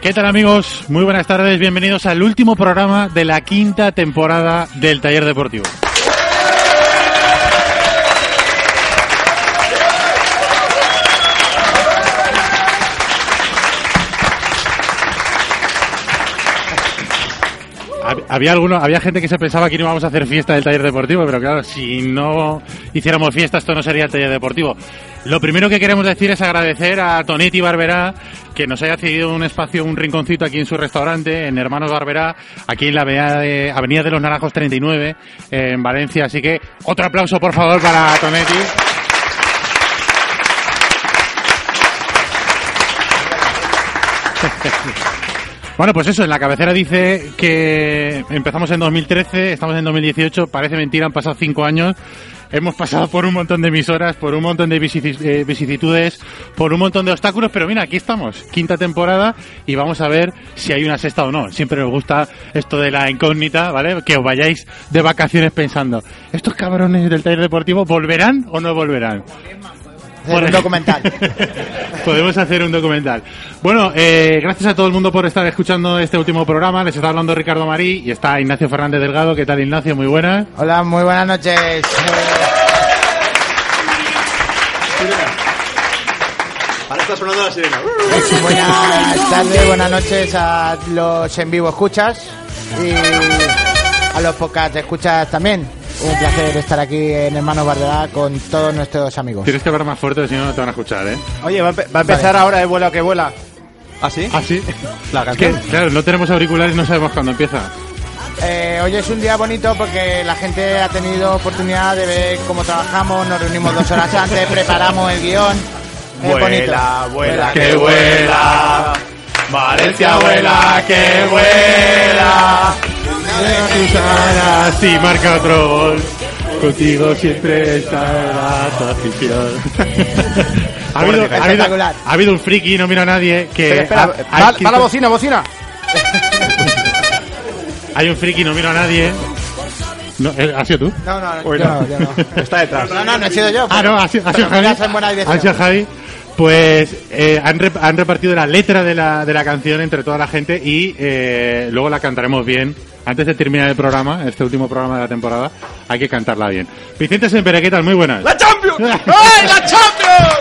¿Qué tal amigos? Muy buenas tardes, bienvenidos al último programa de la quinta temporada del Taller Deportivo. Había alguno, había gente que se pensaba que no íbamos a hacer fiesta del taller deportivo, pero claro, si no hiciéramos fiesta, esto no sería el taller deportivo. Lo primero que queremos decir es agradecer a Tonetti Barberá que nos haya cedido un espacio, un rinconcito aquí en su restaurante, en Hermanos Barberá, aquí en la avenida de, avenida de los Naranjos 39, en Valencia. Así que otro aplauso, por favor, para Tonetti. Bueno, pues eso, en la cabecera dice que empezamos en 2013, estamos en 2018, parece mentira, han pasado cinco años, hemos pasado por un montón de emisoras, por un montón de eh, vicisitudes, por un montón de obstáculos, pero mira, aquí estamos, quinta temporada, y vamos a ver si hay una sexta o no. Siempre nos gusta esto de la incógnita, ¿vale? Que os vayáis de vacaciones pensando, ¿estos cabrones del taller deportivo volverán o no volverán? Por un documental. Podemos hacer un documental. Bueno, eh, gracias a todo el mundo por estar escuchando este último programa. Les está hablando Ricardo Marí y está Ignacio Fernández Delgado. ¿Qué tal, Ignacio? Muy buenas. Hola, muy buenas noches. Ahora está sonando la sirena. Buenas tardes, buenas noches a los en vivo escuchas y a los podcast escuchas también un placer estar aquí en Hermano Barberá con todos nuestros amigos. Tienes que hablar más fuerte, si no, no te van a escuchar, ¿eh? Oye, va, a, va a empezar vale. ahora el vuelo que vuela. ¿Ah, sí? ¿Ah, sí? La es que, claro, no tenemos auriculares y no sabemos cuándo empieza. Eh, hoy es un día bonito porque la gente ha tenido oportunidad de ver cómo trabajamos, nos reunimos dos horas antes, preparamos el guión. Es vuela, bonito. vuela, que vuela. Valencia vuela, que vuela. Si marca otro gol. Contigo siempre estará tu afición. ha, habido, ha, habido, ha habido un friki, no miro a nadie, que... Espera, espera, ha, va, va la bocina, bocina. Hay un friki, no miro a nadie. No, eh, ¿Has sido tú? Pues No, no, no, yo no, yo no. Está detrás. No, no, no he sido yo. Ah, no, ha sido, ha sido Javi. Ha sido Javi. Pues eh, han, rep han, repartido la letra de la, de la canción entre toda la gente y eh, luego la cantaremos bien. Antes de terminar el programa, este último programa de la temporada, hay que cantarla bien. Vicente Sempere, ¿qué tal? Muy buenas. ¡La Champions! ¡Ay, la Champions!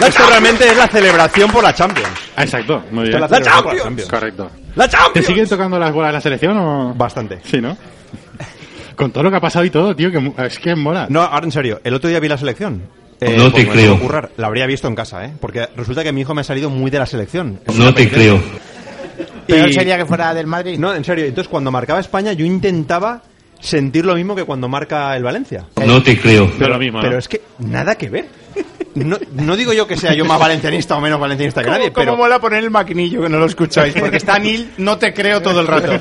La Esto Champions! realmente es la celebración por la Champions. Ah, exacto, muy bien. La, la Champions. Champions. Correcto. ¡La Champions! ¿Te siguen tocando las bolas de la selección o...? Bastante. Sí, ¿no? Con todo lo que ha pasado y todo, tío, que es que mola. No, ahora en serio, el otro día vi la selección. Eh, no te creo. Currar, la habría visto en casa, ¿eh? Porque resulta que mi hijo me ha salido muy de la selección. Es no te creo. Peor y... sería que fuera del Madrid. No, en serio. Entonces, cuando marcaba España, yo intentaba sentir lo mismo que cuando marca el Valencia. No te creo. Pero, lo mismo, ¿no? pero es que nada que ver. No, no, digo yo que sea yo más valencianista o menos valencianista que nadie, ¿Cómo, pero... ¿Cómo mola poner el maquinillo que no lo escucháis? Porque está Nil, no te creo todo el rato.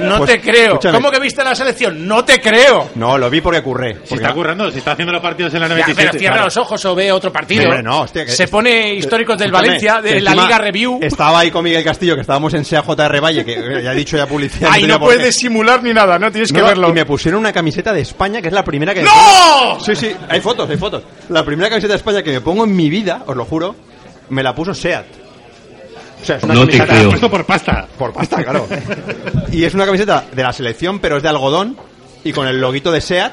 No pues, te creo. Escúchame. ¿Cómo que viste la selección? No te creo. No, lo vi porque curré. Porque si está currando, si está haciendo los partidos en la 97. Ya, pero cierra claro. los ojos o ve otro partido. No, no, hostia, que... eh, Se pone históricos del este- eh, escúchame, Valencia, de la Liga Review. Estaba ahí con Miguel Castillo, que estábamos en CAJR Valle, que eh, ya he dicho ya publicidad. Ahí no, puedes simular ni nada, no tienes que verlo. Y me pusieron una camiseta de España, que es la primera que... ¡No! Sí, sí, hay fotos, hay fotos. La primera camiseta de España que me pongo en mi vida, os lo juro, me la puso SEAT. O sea, es una no camiseta te creo. puesto por pasta. Por pasta, claro. y es una camiseta de la selección, pero es de algodón y con el loguito de SEAT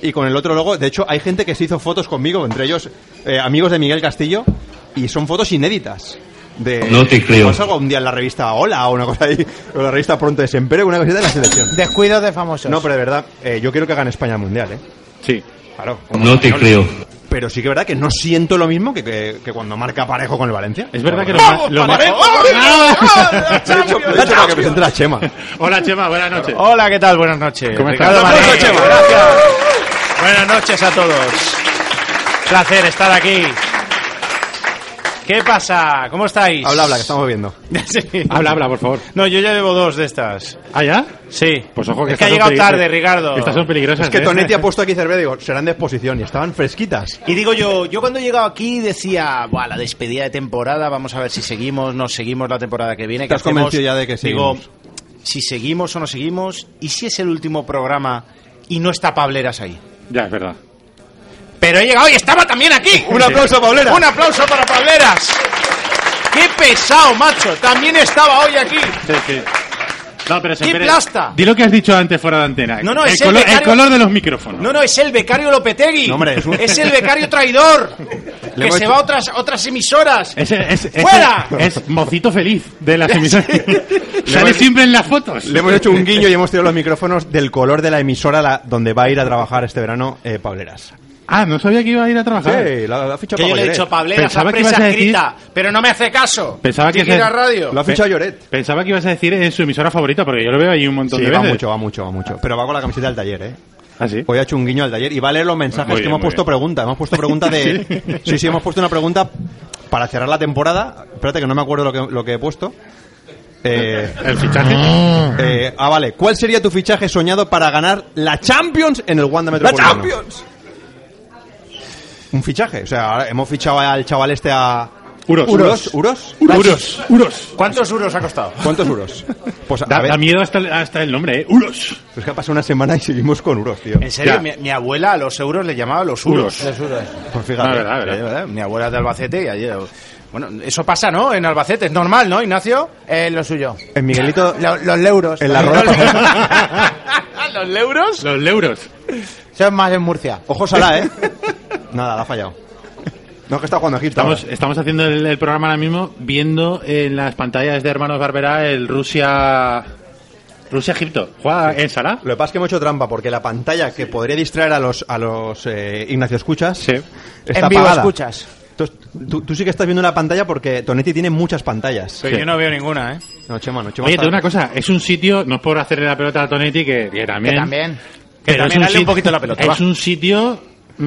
y con el otro logo. De hecho, hay gente que se hizo fotos conmigo, entre ellos eh, amigos de Miguel Castillo, y son fotos inéditas. De, No te creo. Igual salgo un día en la revista Hola o una cosa ahí, o la revista Pronto Desempero, una camiseta de la selección. Descuidos de famosos. No, pero de verdad, eh, yo quiero que gane España el Mundial, ¿eh? Sí. Claro. como No te español. creo. Pero sí que es verdad que no siento lo mismo que, que, que cuando marca parejo con el Valencia. Es verdad que los ¡Vamos, ma- los ma- Parejo! ¡Ah! Lo he dicho- lo he dicho para que presente la Chema. Hola, Chema, buenas noches. Hola, ¿qué tal? Buenas noches. ¿Cómo estás? Ricardo Un Marín. aplauso, Chema, Buenas noches a todos. Placer estar aquí. ¿Qué pasa? ¿Cómo estáis? Habla, habla, que estamos viendo. Sí. Habla, habla, por favor. No, yo ya llevo dos de estas. ¿Ah, ya? Sí. Pues ojo que es que estas ha son llegado peligrosas. tarde, Ricardo. Estas son peligrosas. Es que ¿eh? Tonetti ha puesto aquí cerveza y digo, serán de exposición y estaban fresquitas. Y digo yo, yo cuando he llegado aquí decía, Buah, la despedida de temporada, vamos a ver si seguimos, no seguimos la temporada que viene. Te ¿qué has convencido ya de que Digo, seguimos. si seguimos o no seguimos, y si es el último programa y no está Pableras ahí. Ya, es verdad. Pero he llegado y estaba también aquí. Un aplauso, Paulera. Un aplauso para Pableras. ¡Qué pesado, macho! También estaba hoy aquí. Sí, sí. No, pero se ¡Qué plasta! Di lo que has dicho antes fuera de antena. No, no, el, es el color, el becario- color de los micrófonos. No, no, es el becario Lopetegui. No, hombre, es un- el becario traidor. que hemos se hecho- va a otras, otras emisoras. Es, es, es- ¡Fuera! Es mocito feliz de las emisoras. Sale hemos- siempre en las fotos. Le hemos hecho un guiño y hemos tirado los micrófonos del color de la emisora la- donde va a ir a trabajar este verano eh, Pableras. Ah, no sabía que iba a ir a trabajar. Sí, la, la ha fichado Que yo le he Pableras. dicho Pableras, Pensaba la que ibas prensa a decir- escrita, pero no me hace caso. Pensaba que Tiene ir se- a radio. Lo ha fichado Lloret. Pensaba que ibas a decir en su emisora favorita, porque yo lo veo ahí un montón Sí, de va veces. mucho, va mucho, va mucho. Pero va con la camiseta del taller, ¿eh? ¿Ah, sí? Hoy ha hecho un guiño al taller y va a leer los mensajes Muy que bien, hemos muy puesto bien. pregunta. Hemos puesto pregunta de. sí, sí, hemos puesto una pregunta para cerrar la temporada. Espérate que no me acuerdo lo que, lo que he puesto. Eh, El fichaje. eh, ah, vale. ¿Cuál sería tu fichaje soñado para ganar la Champions en el Wanda Metropolitano? Un fichaje. O sea, ahora hemos fichado al chaval este a. Uros. Uros. Uros. Uros. Uros. ¿Cuántos euros ha costado? ¿Cuántos Uros? Pues a, Da, ver. da miedo hasta, el- hasta el nombre, ¿eh? Uros. Es que ha pasado una semana y seguimos con Uros, tío. En serio, Ya. mi, mi abuela a los euros le llamaba los euros. Euros. Pues fíjate. Ah, verdad, Sí, ¿verdad? Mi abuela es de Albacete y ayer... Bueno, eso pasa, ¿no? En Albacete, es normal, ¿no, Ignacio? Eh, lo suyo. En Miguelito. Lo- los euros. En la rueda. ¿Los euros? Los leuros. Eso es más en Murcia. Ojo Salah, ¿eh? Nada, la ha fallado. No, es que está jugando a Egipto. Estamos, ahora. estamos haciendo el, el programa ahora mismo viendo en las pantallas de Hermanos Barberá el Rusia. Rusia-Egipto. ¿Juega en Salah? Lo que pasa es que hemos hecho trampa porque la pantalla que podría distraer a los, a los eh, Ignacio Escuchas Sí. está en vivo apagada. escuchas. Entonces, tú, tú sí que estás viendo una pantalla porque Tonetti tiene muchas pantallas. Pero yo no veo ninguna, ¿eh? No, Chema, no, Chema. Oye, te está- digo una cosa, es un sitio, no es por hacerle la pelota a Tonetti, que, que también. Que también. Que pero también es un dale un sit- poquito la pelota, Es va. un sitio mm,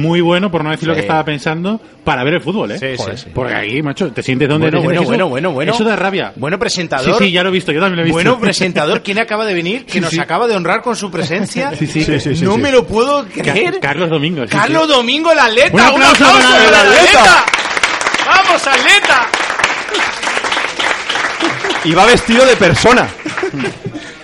muy bueno, por no decir lo que estaba pensando, para ver el fútbol, ¿eh? Sí, Joder, sí, sí. Porque aquí, macho, te sientes donde Bueno, te sientes bueno, que bueno, eso- bueno, bueno. Eso da rabia. Bueno Sí, presentador. sí, ya lo he visto, yo también lo he visto. Bueno presentador, ¿quién acaba de venir? Que Sí, nos sí. acaba de honrar con su presencia. Sí, sí. Sí, sí, sí, no sí. me lo puedo Ca- creer. Carlos Domingo. sí, Carlos sí. Domingo, el atleta. Un aplauso para el atleta. ¡Vamos, atleta! Y va vestido de persona.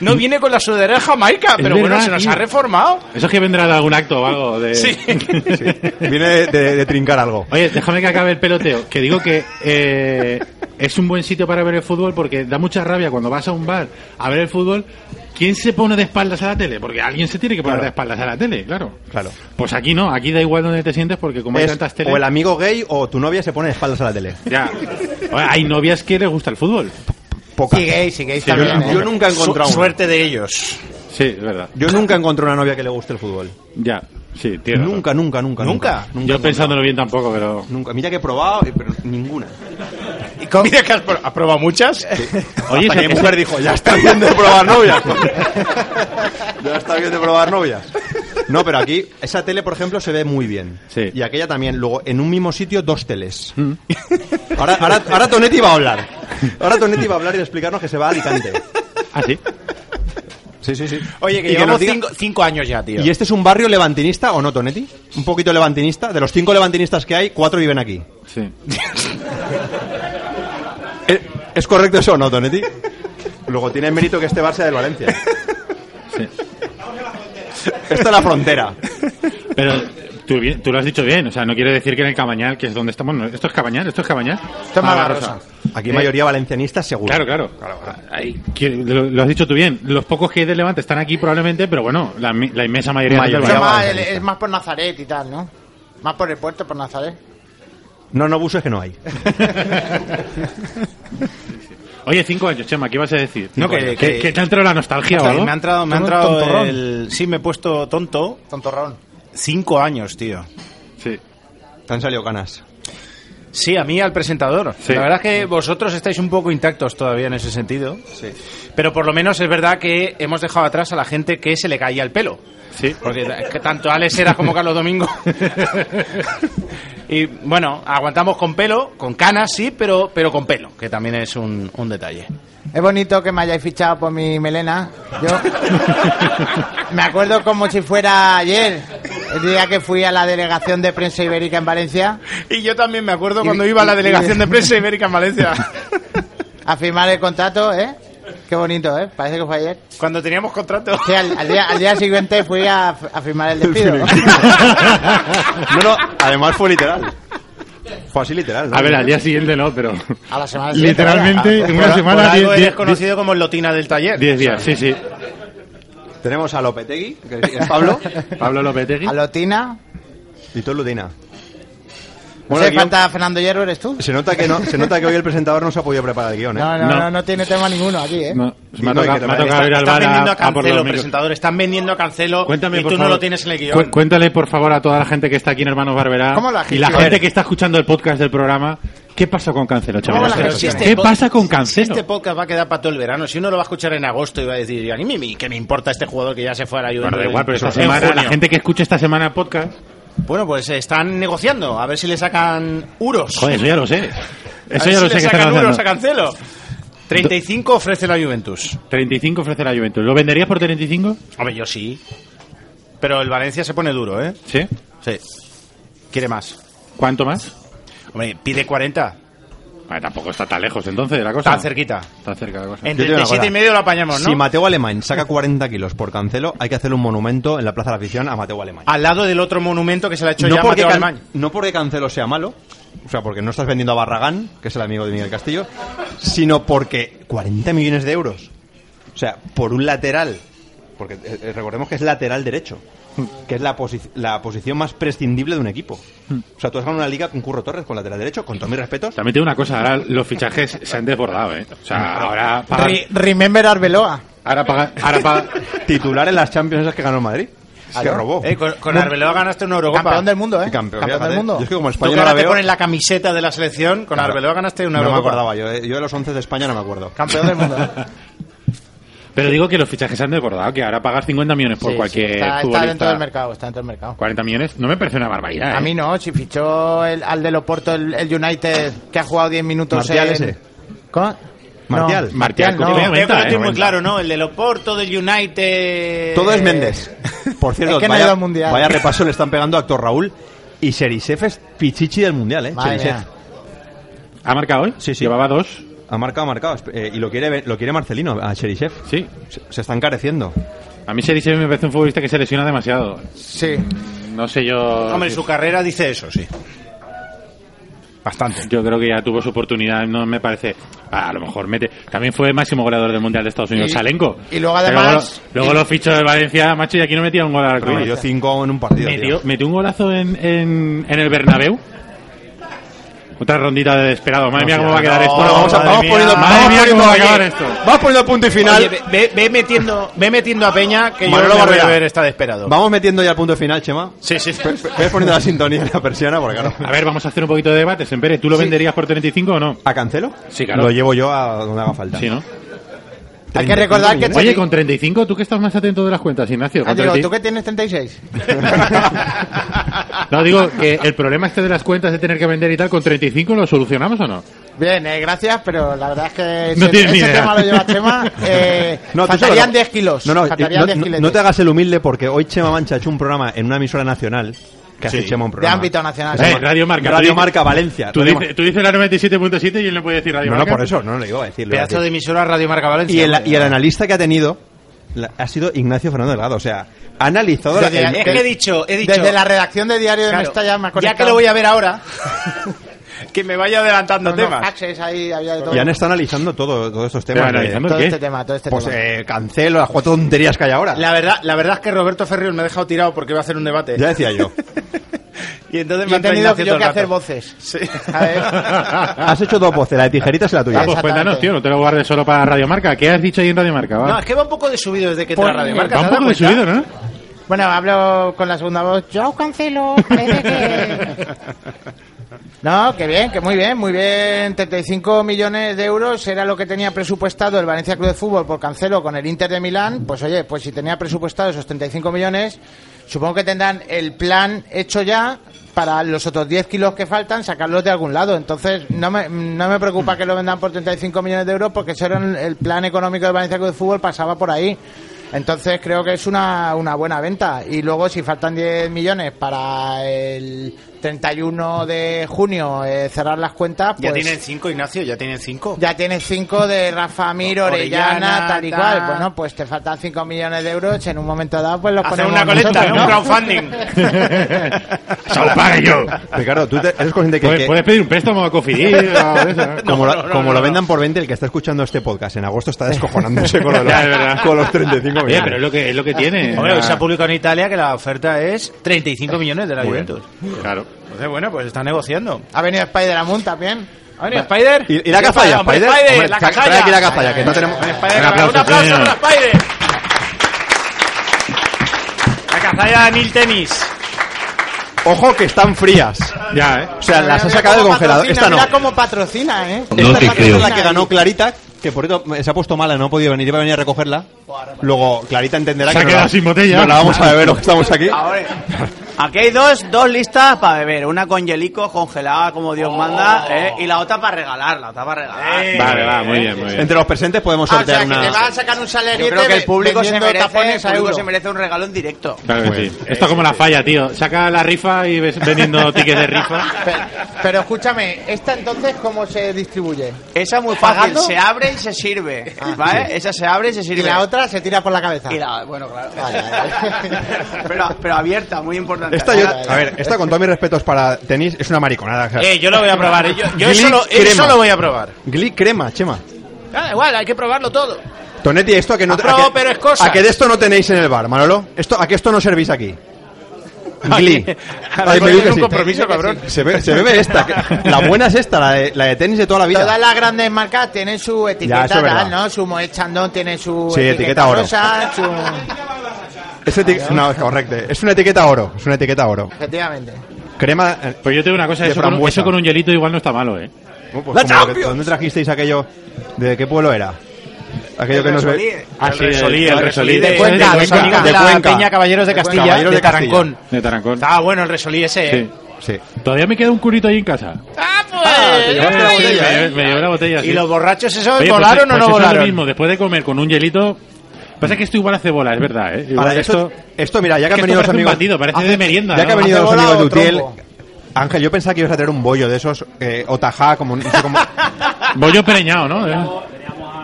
No viene con la sudadera de Jamaica, pero bueno, Mm. verdad, se nos tío. ha reformado. Eso es que vendrá de algún acto o algo de. Sí. Sí. Viene de, de- de trincar algo. Oye, déjame que acabe el peloteo. Que digo que eh, es un buen sitio para ver el fútbol porque da mucha rabia cuando vas a un bar a ver el fútbol. ¿Quién se pone de espaldas a la tele? Porque alguien se tiene que poner Claro. de espaldas a la tele, claro. Claro. Pues aquí no, aquí da igual donde te sientes porque como hay Es tantas teles. o el amigo gay o tu novia se pone de espaldas a la tele. Este Ya. Oye, hay novias que les gusta el fútbol. Poca. Sí, gays, sí, gays Sí, también. yo- ¿eh? Yo nunca he encontrado Su- una. Suerte de ellos. Sí, es verdad. Yo nunca encontré una novia que le guste el fútbol. Ya. Sí, tío. Nunca, nunca, nunca. ¿Nunca? Nunca. Yo pensándolo bien tampoco, pero. Nunca. Mira que he probado, eh, pero ninguna. ¿Y cómo- Mira que has pro- has probado muchas. Oye, Hasta ese- que mi ese- mujer dijo, ya está bien de probar novias. ya está bien de probar novias. No, pero aquí, esa tele, por ejemplo, se ve muy bien. Sí. Mm. Y aquella también. Luego, en un mismo sitio, dos teles. Ahora, ahora, ahora Tonetti va a hablar. Ahora Tonetti va a hablar y explicarnos que se va a Alicante. Ah, sí. Sí, sí, sí. Oye, que Y llevamos nos diga- cinco, cinco años ya, tío. ¿Y este es un barrio levantinista o no, Tonetti? Un poquito levantinista. De los cinco levantinistas que hay, cuatro viven aquí. Sí. ¿Es- ¿Eh? ¿Es correcto eso o no, Tonetti? Luego tiene mérito que este bar sea del Valencia. sí. Esta es la frontera. Pero tú, bien- tú lo has dicho bien, o sea, no quiere decir que en el Cabañal, que es donde estamos, no, esto es Cabañal, esto es Cabañal. Esto es Malagrosa. Malagrosa. Aquí Eh, mayoría valencianista, seguro. Claro, claro. Ahí, que- lo, lo has dicho tú bien. Los pocos que hay de Levante están aquí probablemente, pero bueno, la, mi- la inmensa mayoría, Mayoría. son del Eso es Valencia. más- vamos, es más por Nazaret y tal, ¿no? Más por el puerto, por Nazaret. No, no buses que no hay. Oye, cinco años, Chema, ¿qué ibas a decir? No, Cinco que- años. que- ¿Qué- qué te ha entrado la nostalgia o Hasta que algo? me ha entrado, me ha Tú eres entrado tontorrón. el... Sí, me he puesto tonto. Tontorrón. Cinco años, tío. Sí. Te han salido ganas. Sí, a mí al presentador. Sí. La verdad es que vosotros estáis un poco intactos todavía en ese sentido. Pero por lo menos es verdad que hemos dejado atrás a la gente que se le caía el pelo. Sí. Porque que tanto Alex Heras como Carlos Domingo. y bueno, aguantamos con pelo, con canas, sí, pero, pero con pelo, que también es un, un detalle. Es bonito que me hayáis fichado por mi melena. Yo me acuerdo como si fuera ayer, el día que fui a la delegación de prensa ibérica en Valencia Y yo también me acuerdo cuando iba a la delegación de prensa ibérica en Valencia. a firmar el contrato, ¿eh? Qué bonito, ¿eh? Parece que fue ayer. cuando teníamos contrato. Sí, al, al día, al día siguiente fui a, a firmar el despido. No, no, además fue literal. Fue así literal. ¿no? A ver, al día siguiente no, pero. A la Ah, semana siguiente. Literalmente, en Por- una por semana, algo diez- eres diez- conocido como el Lotina del taller. diez días. Sí, sí. Tenemos a Lopetegui, que es Pablo, Pablo Lopetegui. A Lotina. y tú Lutina. No Bueno, sé, el guión- falta Fernando Hierro, ¿eres tú? se nota que no, se nota que hoy el presentador no se ha podido preparar el guión, ¿eh? No, no, No. no, no tiene tema ninguno aquí, ¿eh? No, se me ha No, y tocado, que me ha te- tocado está- ir al Están bar vendiendo a, a a por Cancelo, los micros. presentador. Están vendiendo a Cancelo Cuéntame, y tú por no favor. lo tienes en el Cu- guión. cuéntale, por favor, a toda la gente que está aquí en Hermanos Barberá ¿Cómo la y la gestión? gente que está escuchando el podcast del programa, ¿qué pasa con Cancelo, ¿Cómo chaval? la ¿Qué gestión? ¿Qué pasa con este Si Cancelo? Este podcast va a quedar para todo el verano. Si uno lo va a escuchar en agosto y va a decir, a mí que me importa este jugador que ya se fue a la ayuda. Bueno, da igual, pero esta semana, la gente que escucha esta semana el podcast, Bueno, pues eh, están negociando. A ver si le sacan euros. joder, eso ya lo sé. A Eso ver ya si lo le sé que sacan están euros a haciendo. Cancelo. 35 ofrece la Juventus. 35 ofrece la Juventus. ¿Lo venderías por 35? Hombre, yo sí. Pero el Valencia se pone duro, ¿eh? Sí. Sí. Quiere más. ¿Cuánto más? Hombre, pide 40. Ah, tampoco está tan lejos entonces de la cosa. Está cerquita. Está cerca la cosa. En Yo te digo una 37 y cosa. medio lo apañamos, ¿no? Si Mateo Alemán saca 40 kilos por cancelo, hay que hacer un monumento en la Plaza de la Afición a Mateo Alemán. Al lado del otro monumento que se le ha hecho No ya porque, Mateo Can- Alemán. no porque Cancelo sea malo, o sea, porque no estás vendiendo a Barragán, que es el amigo de Miguel Castillo, sino porque 40 millones de euros. O sea, por un lateral, porque eh, eh, recordemos que es lateral derecho, que es la, posi- la posición más prescindible de un equipo. O sea, tú has ganado una liga con Curro Torres, con lateral derecho, con todos mis respetos. También tengo una cosa, ahora los fichajes se han desbordado, ¿eh? O sea, ahora pagan- Re- Eh, Remember Arbeloa. Ahora pagan- ahora pagan- Titular en las Champions esas que ganó el Madrid. Ah, Se robó. Eh, con con Arbeloa ganaste una Eurocopa. Campeón del mundo, ¿eh? Y campeón, Campeón fíjate. del mundo. Yo es que como Tú que español ahora ahora te veo, pones la camiseta de la selección, con Claro. Arbeloa ganaste una no me Eurocopa. acordaba yo. eh. Yo de los 11 de España no me acuerdo. Campeón del mundo. Pero digo que los fichajes se han desbordado, que ahora pagar 50 millones por Sí, cualquier sí, está, está futbolista. dentro del mercado, está dentro del mercado. 40 millones, no me parece una barbaridad. ¿eh? A mí no, si fichó el- al del Oporto el, el United que ha jugado 10 minutos Martial en- ese. ¿Cómo? Martial. Martial, No, Martial ¿cómo me- no. Creo que no 90, estoy muy ¿eh? claro, ¿no? El del Oporto, del United... eh, Todo es Méndez. Por cierto, Es que no ha vaya, ido al Mundial. vaya repaso le están pegando a actor Raúl. Y Serisev es pichichi del mundial, ¿eh? Madre Cherisev. mía. ¿Ha marcado hoy? Sí, sí. Llevaba dos. Ha marcado, ha marcado. Eh, y lo quiere, lo quiere Marcelino, a Cherisev. Sí. Se, se está encareciendo. A mí Serisev me parece un futbolista que se lesiona demasiado. Sí. No sé yo. Hombre, su carrera dice eso, sí. Bastante. Yo creo que ya tuvo su oportunidad, no me parece. A lo mejor mete. También fue máximo goleador del Mundial de Estados Unidos, Y- Salenco. y luego Pero además- Luego, luego los fichos de Valencia, macho, y aquí no metía un gol al Pero metió cruz. cinco en un partido. tío. Metió, metió un golazo en, en, en el Bernabéu. Otra rondita de desesperado. Madre mía, No, cómo sí, va a quedar no, esto. bueno, vamos a- Oh, Madre vamos mía. poniendo- Madre vamos mía, poniendo- cómo va a oye, acabar esto. Vamos poniendo punto y final. Oye, ve, ve- ve metiendo, ve metiendo a Peña, que Manolo yo no voy a Barberá. ver esta de esperado. Vamos metiendo ya el punto final, Chema. Sí, sí. Ve- ve- Ves poniendo la sintonía en la persiana, porque claro. A ver, vamos a hacer un poquito de debate. Sempere, ¿tú lo venderías por 35 o no? ¿A cancelo? Sí, claro. Lo llevo yo a donde haga falta. Sí, ¿no? Hay que recordar que... Oye, con 35, tú que estás más atento de las cuentas, Ignacio. Ah, con digo, 30 ¿tú que tienes 36? No, digo que el problema este de las cuentas de tener que vender y tal, ¿con 35 lo solucionamos o no? Bien, eh, gracias, pero la verdad es que No ese, tienes ni ese idea. tema lo lleva Chema. Eh, No, tú faltarían solo no. 10 kilos. No, no, eh, faltarían no, 10 no- kilos. no te hagas el humilde porque hoy Chema Mancha ha hecho un programa en una emisora nacional que hace Chema un De programa. ámbito nacional. Eh, Radio Marca. Radio Tú dices- Marca Valencia. Tú, Radio dices- tú dices la 97.7 y él no puede decir Radio No, no, Marca. por eso, no lo iba a decir. lo iba a Pedazo de decir. emisora Radio Marca Valencia. Y el, y el Bueno. analista que ha tenido la- ha sido Ignacio Fernando Delgado. O sea, ha analizado la- Desde- el- Es que he dicho, he dicho... Desde la redacción de Diario de Claro, Mestalla me ha ya conectado. que lo voy a ver ahora, que me vaya adelantando No, no, temas. Pues Access, ahí había de todo. y han estado analizando todo, todos estos Pero temas. de- analizando todo ¿Qué? este tema, todo este pues tema. eh, cancelo las cuatro tonterías que hay ahora. La verdad, la verdad es que Roberto Ferriol me ha dejado tirado porque iba a hacer un debate. Ya decía yo. Y entonces Y me he han tenido traído que haciendo yo el que hacer rato. voces. Sí. ¿sabes? Has hecho dos voces, la de tijerita es la Ah, tuya. pues cuéntanos, tío, no te lo guardes solo para Radio Marca. ¿Qué has dicho ahí en Radio Marca? Va? No, es que va un poco de subido desde que Por- entra Radio Marca. Va un ¿te has poco de dado cuenta? subido, ¿no? Bueno, hablo con la segunda voz. Yo cancelo. parece que- No, que bien, que muy bien, muy bien. 35 millones de euros era lo que tenía presupuestado el Valencia Club de Fútbol por cancelo con el Inter de Milán. Pues oye, pues si tenía presupuestado esos 35 millones, supongo que tendrán el plan hecho ya para los otros 10 kilos que faltan sacarlos de algún lado. Entonces, no me, no me preocupa que lo vendan por 35 millones de euros porque eso era el- el plan económico del Valencia Club de Fútbol, pasaba por ahí. Entonces creo que es una, una buena venta. Y luego si faltan 10 millones para el 31 de junio eh, cerrar las cuentas, Ya pues tienen cinco, Ignacio, ya tienen cinco. ya tienes 5 de Rafa Mir, Orellana, Orellana, tal y tal. cual. Bueno, pues te faltan 5 millones de euros, en un momento dado pues los Hacer ponemos una colecta, nosotros, ¿no? un ¿no? crowdfunding. ¡Se lo pague yo! Ricardo, tú te- eres consciente que, Puedes, que puedes pedir un préstamo a Cofidis. o algo de eso, ¿eh? ¿no? como, No, lo- no, no, como no, lo no. vendan por 20, el que está escuchando este podcast en agosto está descojonándose con, lo de Ya, los, es verdad. con los 35 Oye, millones. pero es lo que, es lo que tiene. Hombre, hoy se ha Ah, publicado en Italia que la oferta es 35 millones de la Muy Juventus. Claro. Entonces, bueno, pues está negociando. Ha venido Spider-Amun también. Ha venido Spider. ¿Y, y la ¿Qué cazalla, pasa? Hombre, Spider? Spider, Hombre, la tra- trae cazalla. aquí la cazalla, que no tenemos... Spider, Un aplauso, un aplauso señor. para Spider. La cazalla de Neil Tenis. Ojo que están frías. Ya, ¿eh? O sea, Mira, las ha mira sacado del cómo congelador. patrocina, Esta no. Mira cómo patrocina, ¿eh? No Esta te es la creo. que- la que ganó Clarita, que por eso se ha puesto mala, no ha podido venir, iba a venir a recogerla. Luego Clarita entenderá Se que ha no quedado la- sin botella. No la vamos a beber los que estamos aquí. Aquí hay dos, dos listas para beber. Una con hielico congelada, como Oh. Dios manda, ¿eh? y la otra para regalar. La otra para regalar. Vale, va, muy bien, muy bien. Entre los presentes podemos Ah, o sea, sortear que te va una... a sacar un Yo salerito creo que el público, se vendiendo merece, tapones el a público euro. se merece un regalo en directo. Claro Pues, que eh, sí. Esto es como la falla, tío. Saca la rifa y ves vendiendo tickets de rifa. Pero, pero escúchame, ¿esta entonces cómo se distribuye? Esa es muy fácil. ¿Pagando? Se abre y se sirve. Ah, ¿vale? Esa se abre y se Y sirve. la otra se tira por la cabeza. Y la- bueno, claro. Vale, vale. pero, pero abierta, muy importante. Esta yo- Ahora- a ver, esta con todos mis respetos para tenis es una mariconada. o sea, Eh, yo lo voy a probar. eh. Yo, yo Glic eso, lo, crema. eso lo voy a probar. Glee crema, Chema. Ah, Da igual, hay que probarlo todo. Tonetti, esto a que no... Aprobado, a que- Ah, pero es cosa. A que de esto no tenéis en el bar, Manolo. Esto, a que esto no servís aquí. Glee. Ay, me dice que Es un sí. compromiso, cabrón. Se, be- se bebe esta. que- La buena es esta, la de, la de tenis de toda la vida. Todas las grandes marcas tienen su etiqueta, eso es verdad. tal, ¿no? Su Moet Chandon tiene su Sí, etiqueta oro. rosa, su... Es eti- no, es correcto. Es una etiqueta oro. Es una etiqueta oro. Efectivamente. Crema. eh, Pues yo tengo una cosa, De eso con, un- frambuesa. eso con un hielito igual no está malo, ¿eh? uh, pues como lo que- ¿Dónde trajisteis aquello? ¿De qué pueblo era? Aquello que nos Resolí. ve. Ah, sí, Resolí, el Resolí de, de Cuenca, Cuenca, el Resolí de de la Cuenca. Peña Caballeros de Castilla, Caballeros de, de Castilla. Tarancón. De Tarancón. Estaba bueno el Resolí ese, eh. Sí. Sí. Todavía me queda un curito ahí en casa. Ah, te llevaste la Sí, botella, me, ¿eh? me llevé la botella, ¿Y sí. los borrachos esos Oye, pues, volaron pues o no eso es volaron? lo mismo, después de comer con un hielito... Pasa que esto igual hace bola, es verdad, ¿eh? Igual Ahora, esto, esto... esto, mira, ya que Es han que esto venido los parece un amigos. batido, parece Hace- de merienda, Ya que ¿no? han venido ¿Hace los bola amigos de o Utiel. trompo? Ángel, yo pensaba que ibas a tener un bollo de esos, eh, o tajá, como, no sé cómo- Bollo pereñado, ¿no?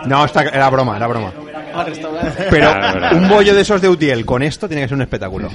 No, esta, era broma, era broma. Pero Claro, claro, un claro. bollo de esos de Utiel con esto tiene que ser un espectáculo.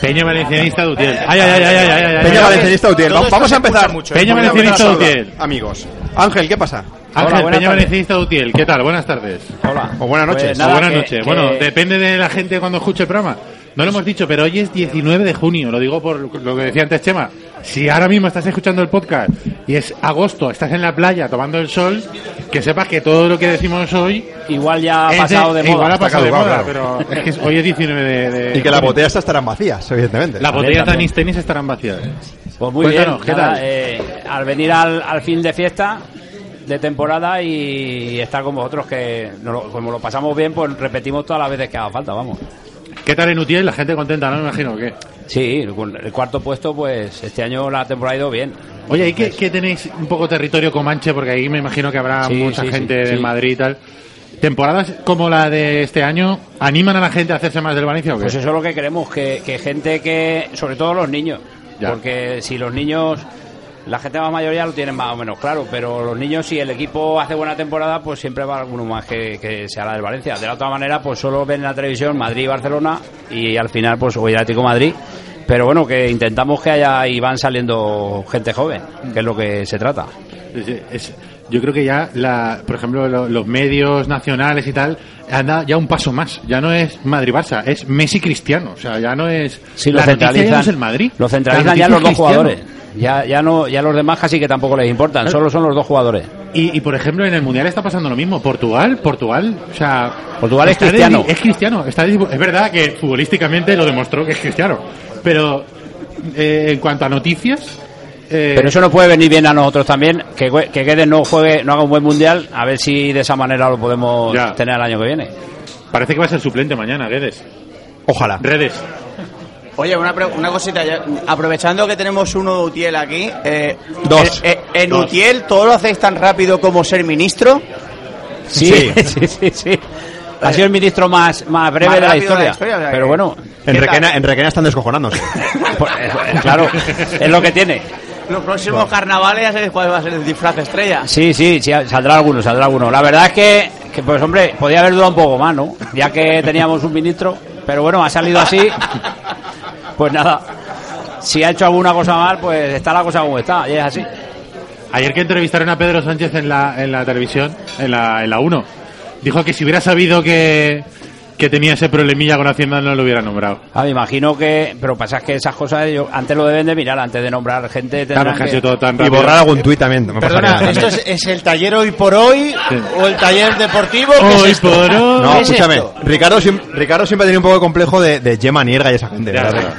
Peña Valencianista de Utiel. Eh, Ay, ay, ay, ay, ay, ay, ay, ay. Peña Valencianista de Utiel, Todo va- esto vamos a se escucha empezar. mucho, ¿eh? Peña Vamos a Valencianista empezar de a hablar, Utiel. Ángel, Ángel, ¿qué pasa? Ángel, buenas Peña tardes. Valencianista de Utiel, ¿qué tal? Buenas tardes. Hola. O buenas noches. Pues nada, O buenas que- noches. que- Bueno, depende de la gente cuando escuche el programa. No lo hemos dicho, pero hoy es 19 de junio, lo digo por lo que decía antes Chema. Si ahora mismo estás escuchando el podcast y es agosto, estás en la playa tomando el sol, que sepas que todo lo que decimos hoy Igual ya ha es pasado de, moda. igual ha Está pasado de moda, caducado, pero es que hoy es 19 de, de y que las junio. botellas estarán vacías, evidentemente. Las botellas de también. anís tenis estarán vacías. Pues muy bien, Cuéntanos, ¿qué nada, tal? eh, al venir al, al fin de fiesta de temporada y estar con vosotros que nos lo- como lo pasamos bien pues repetimos todas las veces que haga falta vamos ¿Qué tal en Utiel? La gente contenta, ¿no? Me imagino que. sí con el cuarto puesto pues este año la temporada ha ido bien Oye, ¿y qué, qué tenéis un poco territorio comanche? Porque ahí me imagino que habrá Sí, mucha sí, sí, gente de sí. Madrid y tal. ¿Temporadas como la de este año animan a la gente a hacerse más del Valencia o qué? Pues eso es lo que queremos, que, que gente que, sobre todo los niños, Ya. porque si los niños, la gente más mayoría lo tienen más o menos claro, pero los niños si el equipo hace buena temporada, pues siempre va alguno más que, que sea la del Valencia. De la otra manera, pues solo ven en la televisión Madrid y Barcelona y al final pues o el Atlético de Madrid. Pero bueno, que intentamos que haya y van saliendo gente joven, que es lo que se trata. Es- es- yo creo que ya, la, por ejemplo, lo- los medios nacionales y tal, han dado ya un paso más. Ya no es Madrid-Barça, es Messi-Cristiano. O sea, ya no es. Sí, lo la noticia ya no centralizan, es el Madrid. lo La centralizan noticia ya los es dos Cristiano. jugadores. Ya, ya no, ya los demás casi que tampoco les importan, Claro. solo son los dos jugadores. Y, y, por ejemplo, en el Mundial está pasando lo mismo. Portugal, Portugal, o sea... Portugal es está de- cristiano. es cristiano. Está de- es verdad que futbolísticamente lo demostró que es cristiano. Pero eh, en cuanto a noticias... eh, Pero eso no puede venir bien a nosotros también, que, gue- que Guedes no juegue, no haga un buen mundial, a ver si de esa manera lo podemos Ya. tener el año que viene. Parece que va a ser suplente mañana, Redes. Ojalá. Redes. Oye, una, pre- una cosita, ya- aprovechando que tenemos uno de Utiel aquí. eh, Dos. eh, eh, en Dos. Utiel, ¿todo lo hacéis tan rápido como ser ministro? Sí, sí, sí, sí. Ha sido el ministro más, más breve Más de la rápido de historia. la historia, o sea pero que- bueno, En ¿Qué Requena, tal? en Requena están descojonándose. pues, eh, claro, es lo que tiene. Los próximos carnavales ya sabéis cuál va a ser el disfraz estrella. Sí, sí, sí, saldrá alguno, saldrá alguno. La verdad es que, que, pues hombre, podía haber durado un poco más, ¿no? Ya que teníamos un ministro, pero bueno, ha salido así. Pues nada, si ha hecho alguna cosa mal, pues está la cosa como está, y es así. Ayer que entrevistaron a Pedro Sánchez en la, en la televisión, en la, en la 1, dijo que si hubiera sabido que, que tenía ese problemilla con Hacienda no lo hubiera nombrado. Ah, me imagino que, pero pasa es que esas cosas ellos antes lo deben de mirar, antes de nombrar gente. Claro, tendrán es que ha que- sido todo tan y rápido. borrar algún tuit también. no me pasa Perdona, nada. ¿esto es, es el taller hoy por hoy Sí. o el taller deportivo? ¿Qué es Hoy esto? por hoy. No, ¿Qué es escúchame. esto? Ricardo, siem- Ricardo siempre tiene un poco de complejo de, de Gemma Nierga y esa gente. Ya, la verdad.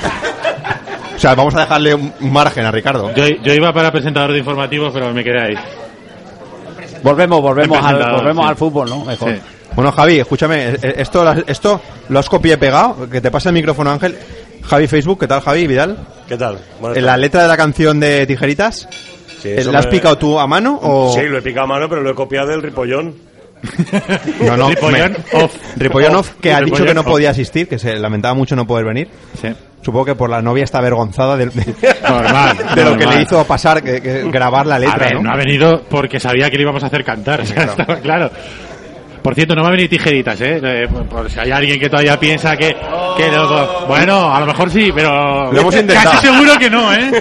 O sea, vamos a dejarle un un margen a Ricardo. Yo, yo iba para presentador de informativos, pero me quedé ahí. Volvemos, volvemos, El al, presentador, volvemos sí. al fútbol, ¿no? Mejor. Sí. Bueno, Javi, escúchame. eh, eh, Esto, lo has- esto lo has copiado y pegado. Que te pase el micrófono, Ángel. Javi Facebook, ¿qué tal, Javi Vidal? ¿Qué tal? Buenas Eh, La letra de la canción de Tijeritas, Sí, eh, eso ¿la has me- picado tú a mano o...? Sí, lo he picado a mano, pero lo he copiado del ripollón. No, no, Ripollón me- off. Ripollón off, que ha dicho Ripollón que no off. podía asistir, que se lamentaba mucho no poder venir. Sí. Supongo que por la novia está avergonzada del- de, Normal, de lo que normal. le hizo pasar, que, que grabar la letra, a ver, ¿no? ¿no? ha venido porque sabía que le íbamos a hacer cantar. o sea, Claro. estaba claro. Por cierto, no va a venir tijeritas, ¿eh? Eh, por- por si hay alguien que todavía piensa que... que lo- bueno, a lo mejor sí, pero... Lo hemos intentado. Casi seguro que no, ¿eh?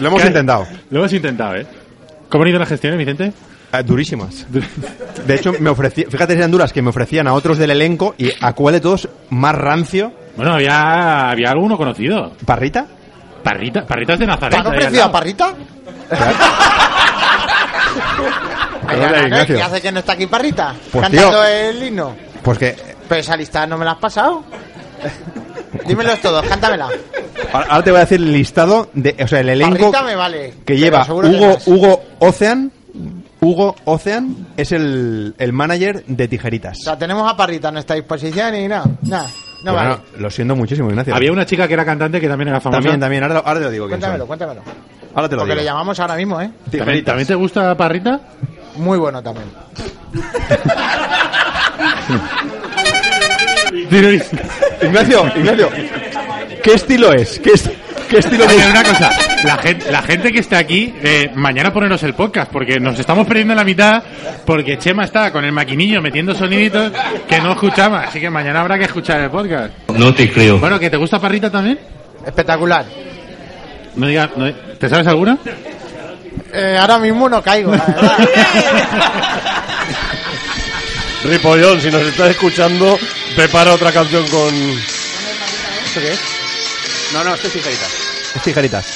Lo hemos Casi- intentado. Lo hemos intentado, ¿eh? ¿Cómo han ido las gestiones, Vicente? Ah, Durísimas. De hecho, me ofrecí, fíjate si eran duras, que me ofrecían a otros del elenco y a cuál de todos más rancio, Bueno, había, había alguno conocido. Parrita. Parrita, Parritas de ¿Te Nazaret. han ahí al ofrecido a lado. Parrita? Ay, Perdona, Ana, ¿qué- Ignacio. ¿Qué hace que no está aquí Parrita? Pues, Cantando tío. el himno. Pues que Pero esa lista no me la has pasado. Dímelos todos, cántamela. ahora ahora te voy a decir el listado, de, o sea, el elenco Parrita me vale. que pero lleva seguro que Hugo, más. Hugo Ocean. Hugo Ocean es el, el manager de Tijeritas. O sea, tenemos a Parrita a nuestra disposición y nada. Nada, no Bueno, vale. Lo siento muchísimo, Ignacio. Había una chica que era cantante que también era famosa. También, también. Ahora, lo- ahora te lo digo. quién Cuéntamelo, son. cuéntamelo. Ahora te lo Porque le digo. llamamos ahora mismo, ¿eh? ¿También, Tijeritas. también te gusta Parrita? Muy bueno también. Ignacio, Ignacio. ¿Qué estilo es? ¿Qué, est- qué estilo Oye, es? una cosa, la gente, la gente que está aquí, eh, mañana poneros el podcast, porque nos estamos perdiendo la mitad, porque Chema está con el maquinillo metiendo soniditos que no escuchaba, así que mañana habrá que escuchar el podcast. No te creo. Bueno, ¿que te gusta Parrita también? Espectacular. No digas, no- ¿te sabes alguna? Eh, ahora mismo no caigo, la verdad. Ripollón, si nos estás escuchando, prepara otra canción con. No, no, esto es tijerita. Es Tijeritas.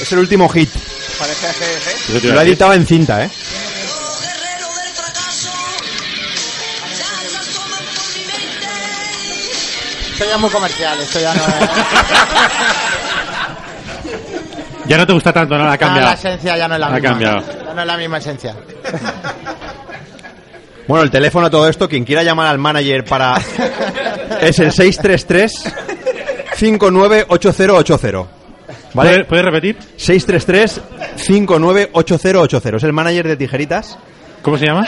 Es el último hit. Parece ACDC. Lo ha editado en cinta, ¿eh? Esto ya es muy comercial, esto ya no es... Ya no te gusta tanto, ¿no? La ha Ah, la cambiado. esencia ya no es la Ha misma. cambiado. Ya no es la misma esencia. Bueno, el teléfono, todo esto, quien quiera llamar al manager para... es el 633 598080. ¿Puedes, ¿Vale? puedes repetir? 633 598080. Es el manager de Tijeritas ¿Cómo se llama?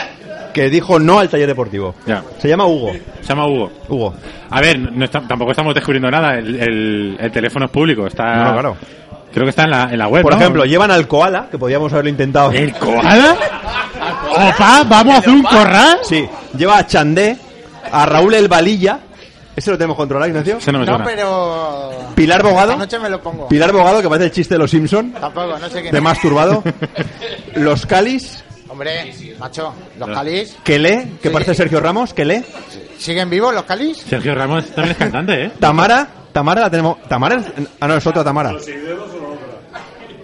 que dijo no al taller deportivo. Ya. Se llama Hugo. Se llama Hugo. Hugo. A ver, no está- tampoco estamos descubriendo nada, el, el- el teléfono es público, está... No, claro. Creo que está en la, en la web, Por ¿no? ejemplo, llevan al koala, que podíamos haberlo intentado. ¿El koala? ¡Opa! ¿Vamos a hacer un corral? Sí, lleva a Chandé, a Raúl El Valilla, ¿Ese lo tenemos controlado, Ignacio? Ese no me No, suena. pero. Pilar Bogado. Esta noche me lo pongo. Pilar Bogado, que parece el chiste de los Simpson. Tampoco, no sé quién. De es. masturbado. los Calis. Hombre, macho, los Calis. Que lee, que Sí. parece Sergio Ramos, que lee. ¿Siguen vivos los Calis? Sergio Ramos también es cantante, ¿eh? Tamara, Tamara la tenemos. ¿Tamara? es- Ah, no, es otra Tamara.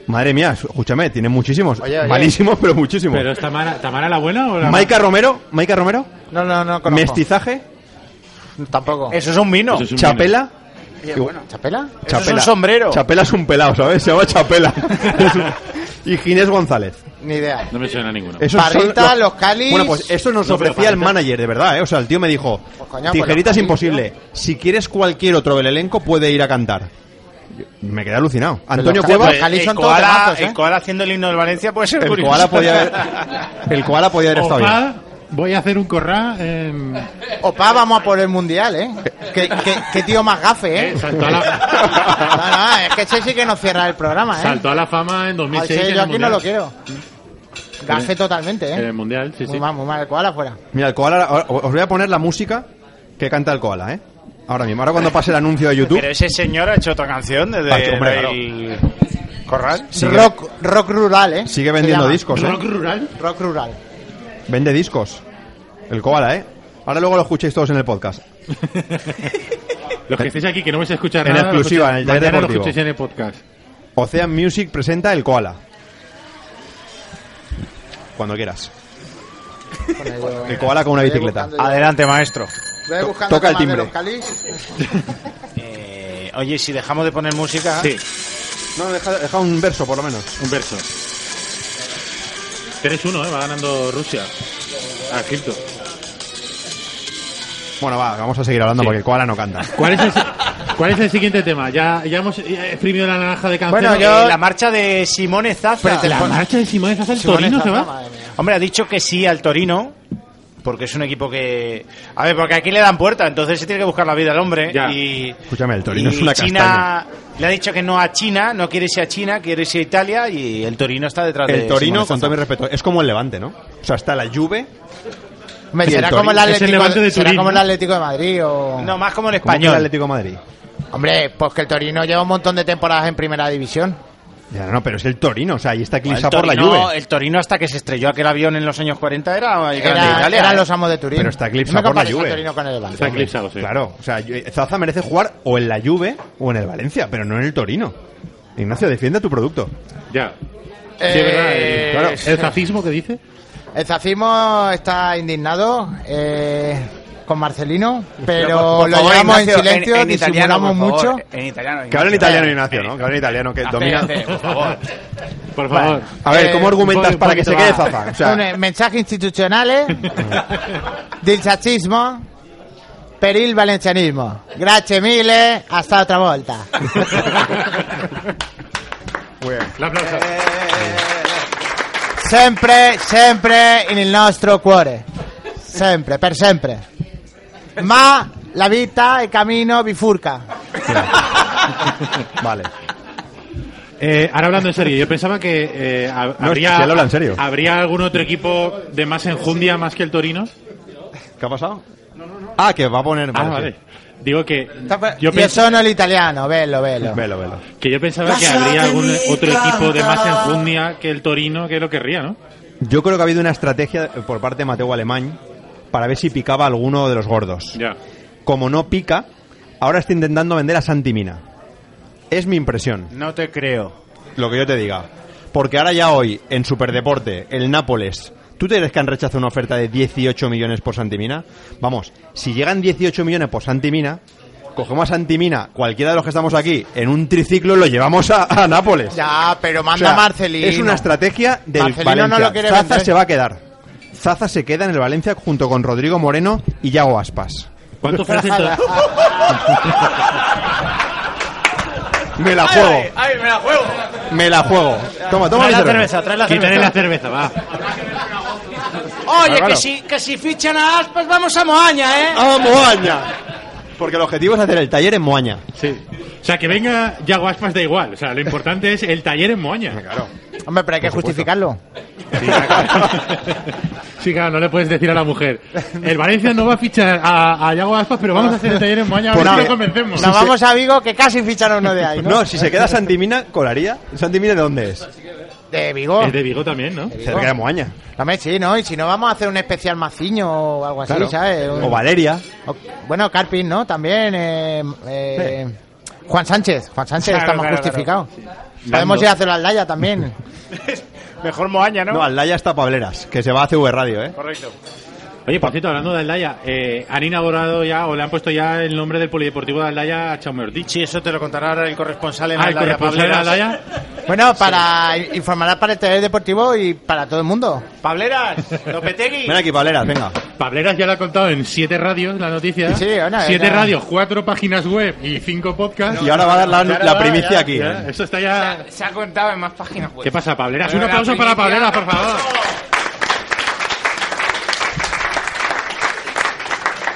Madre mía, escúchame, tiene muchísimos. Oye, oye. Malísimos, pero muchísimos. Pero es Tamara, ¿Tamara la buena o la Maica Romero, Maica Romero, No, no, no conozco. Mestizaje, Tampoco. Eso es un vino. Eso es un Chapela. ¿Chapela? Eso es un sombrero. Chapela es un pelado, ¿sabes? Se llama Chapela. Es un- y Ginés González. Ni idea. No me suena ninguno. Esos son Parrita, los Calis. Bueno, pues eso nos No, pero ofrecía el Parrita- manager, de verdad, ¿eh? O sea, el tío me dijo, Pues coño, pues tijeritas los imposible. Si quieres cualquier otro del elenco, puede ir a cantar. Yo- Me quedé alucinado. Antonio los Calis- Cuevas... los Calis son el, todos koala, temazos, ¿eh? el koala haciendo el himno del Valencia puede ser El curioso. koala podía haber, el koala podía haber estado bien. Opa, voy a hacer un corrá. em, Opa, vamos a por el mundial, ¿eh? Qué, qué- qué tío más gafe, ¿eh? saltó, a No, la, no, es que ese sí que nos cierra el programa, ¿eh? saltó a la fama en Al 2006. ser en yo el aquí no mundial. lo quiero. Gafe totalmente, En ¿eh? el mundial, sí, Muy sí. mal, muy mal. El koala afuera. Mira, el koala... ahora- Os voy a poner la música que canta el koala, ¿eh? Ahora mismo. Ahora cuando pase el anuncio de YouTube... Pero ese señor ha hecho otra canción Ah, desde sí, hombre, el corral. Sigue, Rock, rock rural, ¿eh? sigue Se vendiendo llama. discos, ¿eh? Rock rural. Rock rural. Vende discos. El koala, ¿eh? Ahora luego lo escuchéis todos en el podcast. Los que estéis aquí, que no vais a escuchar En nada. lo exclusiva, en el taller mañana lo deportivo. escuchéis en el podcast. Ocean Music presenta El Koala. Cuando quieras. El koala con una bicicleta. Adelante, maestro. Voy buscando toca el temas de timbre. los Calis. Eh, oye, si dejamos de poner música. Sí, No, deja, deja un verso por lo menos. un verso. 3-1, ¿eh? Va ganando Rusia. Ah, A Egipto. Bueno, va, vamos a seguir hablando porque el koala no canta. ¿Cuál es el, si- cuál es el siguiente tema? Ya, ya hemos eh, exprimido la naranja de canción. Bueno, Eh, yo... la, la marcha de Simone Zaza. la marcha de Simón Zaza, el Simón Torino se Zaza, va. madre mía. Hombre, ha dicho que sí al Torino. Porque es un equipo que. A ver, porque aquí le dan puerta, entonces se tiene que buscar la vida al hombre. Ya. Y, Escúchame, el Torino y es una China le ha dicho que no a China, no quiere irse a China, quiere irse a Italia y el Torino está detrás de El Torino, Simone con todo mi Zaza. respeto, es como el Levante, ¿no? O sea, está la Juve. Hombre, Y el será Torino. como el Es el Atlético, Levante de será Turín, como el ¿no? Atlético de Madrid o... No, más como como en el español. Atlético de Madrid. Hombre, pues que el Torino lleva un montón de temporadas en primera división. Ya, no, pero es el Torino, o sea, ahí está eclipsado por la Torino- Juve. el Torino hasta que se estrelló aquel avión en los años 40 era el grande de Era- Italia. eran ¿eh? los amos de Turín. Pero está eclipsado por la No me compares Juve. al Torino con el Levante. Está eclipsado, sí. Claro, o sea, yo- Zaza merece jugar o en la Juve o en el Valencia, pero no en el Torino. Ignacio, defiende tu producto. Ya. Eh, Sí, es verdad, eh, claro. ¿El zafismo que dice? El Zacismo está indignado eh, con Marcelino, pero Por lo favor, llevamos Ignacio, en silencio, italiano, disimulamos por favor, mucho. En italiano. Que habla en italiano, Ignacio, ¿no? Que habla en italiano, que domina. Hace, hace, por favor. Por favor. A ver, ¿cómo Eh, argumentas voy- para voy- que se va. quede Zaza? O sea, Un, eh, mensajes institucionales, dilsachismo, peril valencianismo. Grazie mille, hasta otra volta. muy bien. Un aplauso. Eh, Sempre, sempre nel nostro cuore. Sempre, per sempre. Ma la vita e il cammino bifurca. Vale. Eh, ahora hablando en serio, yo pensaba que eh, hab- No, habría, si él habla en serio. habría algún otro equipo de más enjundia más que el Torino. ¿Qué ha pasado? Ah, que va a poner. Ah, vale. Digo que yo, Io, pens- sono l'italiano, bello, bello. Velo, velo. que yo pensaba que habría algún otro equipo de más enjundia que el Torino que lo querría, ¿no? Yo creo que ha habido una estrategia por parte de Mateo Alemán para ver si picaba alguno de los gordos. Ya. Como no pica, ahora está intentando vender a Santimina. Es mi impresión. No te creo. lo que yo te diga. Porque ahora ya hoy, en Superdeporte, el Nápoles, ¿tú te crees que han rechazado una oferta de 18 millones por Santimina? Vamos, si llegan 18 millones por Santimina, cogemos a Santimina, cualquiera de los que estamos aquí, en un triciclo y lo llevamos a, a Nápoles. Ya, pero O manda sea, Marcelino. Es una estrategia del Marcelino Valencia. no lo quiere Zaza vender. se va a quedar. Zaza se queda en el Valencia junto con Rodrigo Moreno y Yago Aspas. ¿Cuánto ofrece el Torino? Me la juego, ¡Ay, me la juego! me la juego. Toma, toma mi Trae cerveza. la cerveza, trae la Quítale la cerveza. cerveza, va. Oye, Álvaro. que si, que si fichan a Aspas, vamos a Moaña, ¿eh? Ah, ¡A Moaña! Porque el objetivo es hacer el taller en Moaña. Sí. O sea, que venga Yago Aspas da igual. O sea, lo importante es el taller en Moaña. Claro. Hombre, pero hay que Por supuesto. justificarlo. Sí, claro. Sí, claro, no le puedes decir a la mujer. El Valencia no va a fichar a, a Yago Aspas, pero vamos a hacer el taller en Moaña a ver Porque- si lo convencemos. eh, Nos vamos a Vigo, que casi ficharon uno de ahí, ¿no? No, si se queda Santimina, colaría. ¿Santimina de dónde es? De Vigo. Es de Vigo también, ¿no? Cerca de Moaña. Hombre, sí, ¿no? Y si no, vamos a hacer un especial maciño o algo así, Claro. ¿sabes? Un- O Valeria. o- bueno, Carpin, ¿no? También. eh, eh, Juan Sánchez. Juan Sánchez Claro, está más claro, justificado. Podemos ir a hacer la aldaya también. Mejor Moaña, ¿no? No, Aldaya está Pableras, que se va a CV Radio, ¿eh? Correcto. Oye, por cierto, hablando de Aldaya, eh, han inaugurado ya, o le han puesto ya el nombre del polideportivo de Aldaya a Chaume Ortiz. Sí, eso te lo contará ahora el corresponsal en Ah, el Aldaya, corresponsal de Pableras. Aldaya. Bueno, para informar para el taller deportivo y para todo el mundo. Pableras, Lopetegui. Ven aquí, Pableras, venga. Pableras ya lo ha contado en siete radios la noticia. Sí, bueno, siete era- radios, cuatro páginas web y cinco podcasts. Y ahora va a dar la, Ya la nada, primicia ya, aquí. ¿eh? ya, Eso está ya. Se ha contado en más páginas web. ¿Qué pasa, Pableras? Pero Un la aplauso para primicia- Pableras, por favor.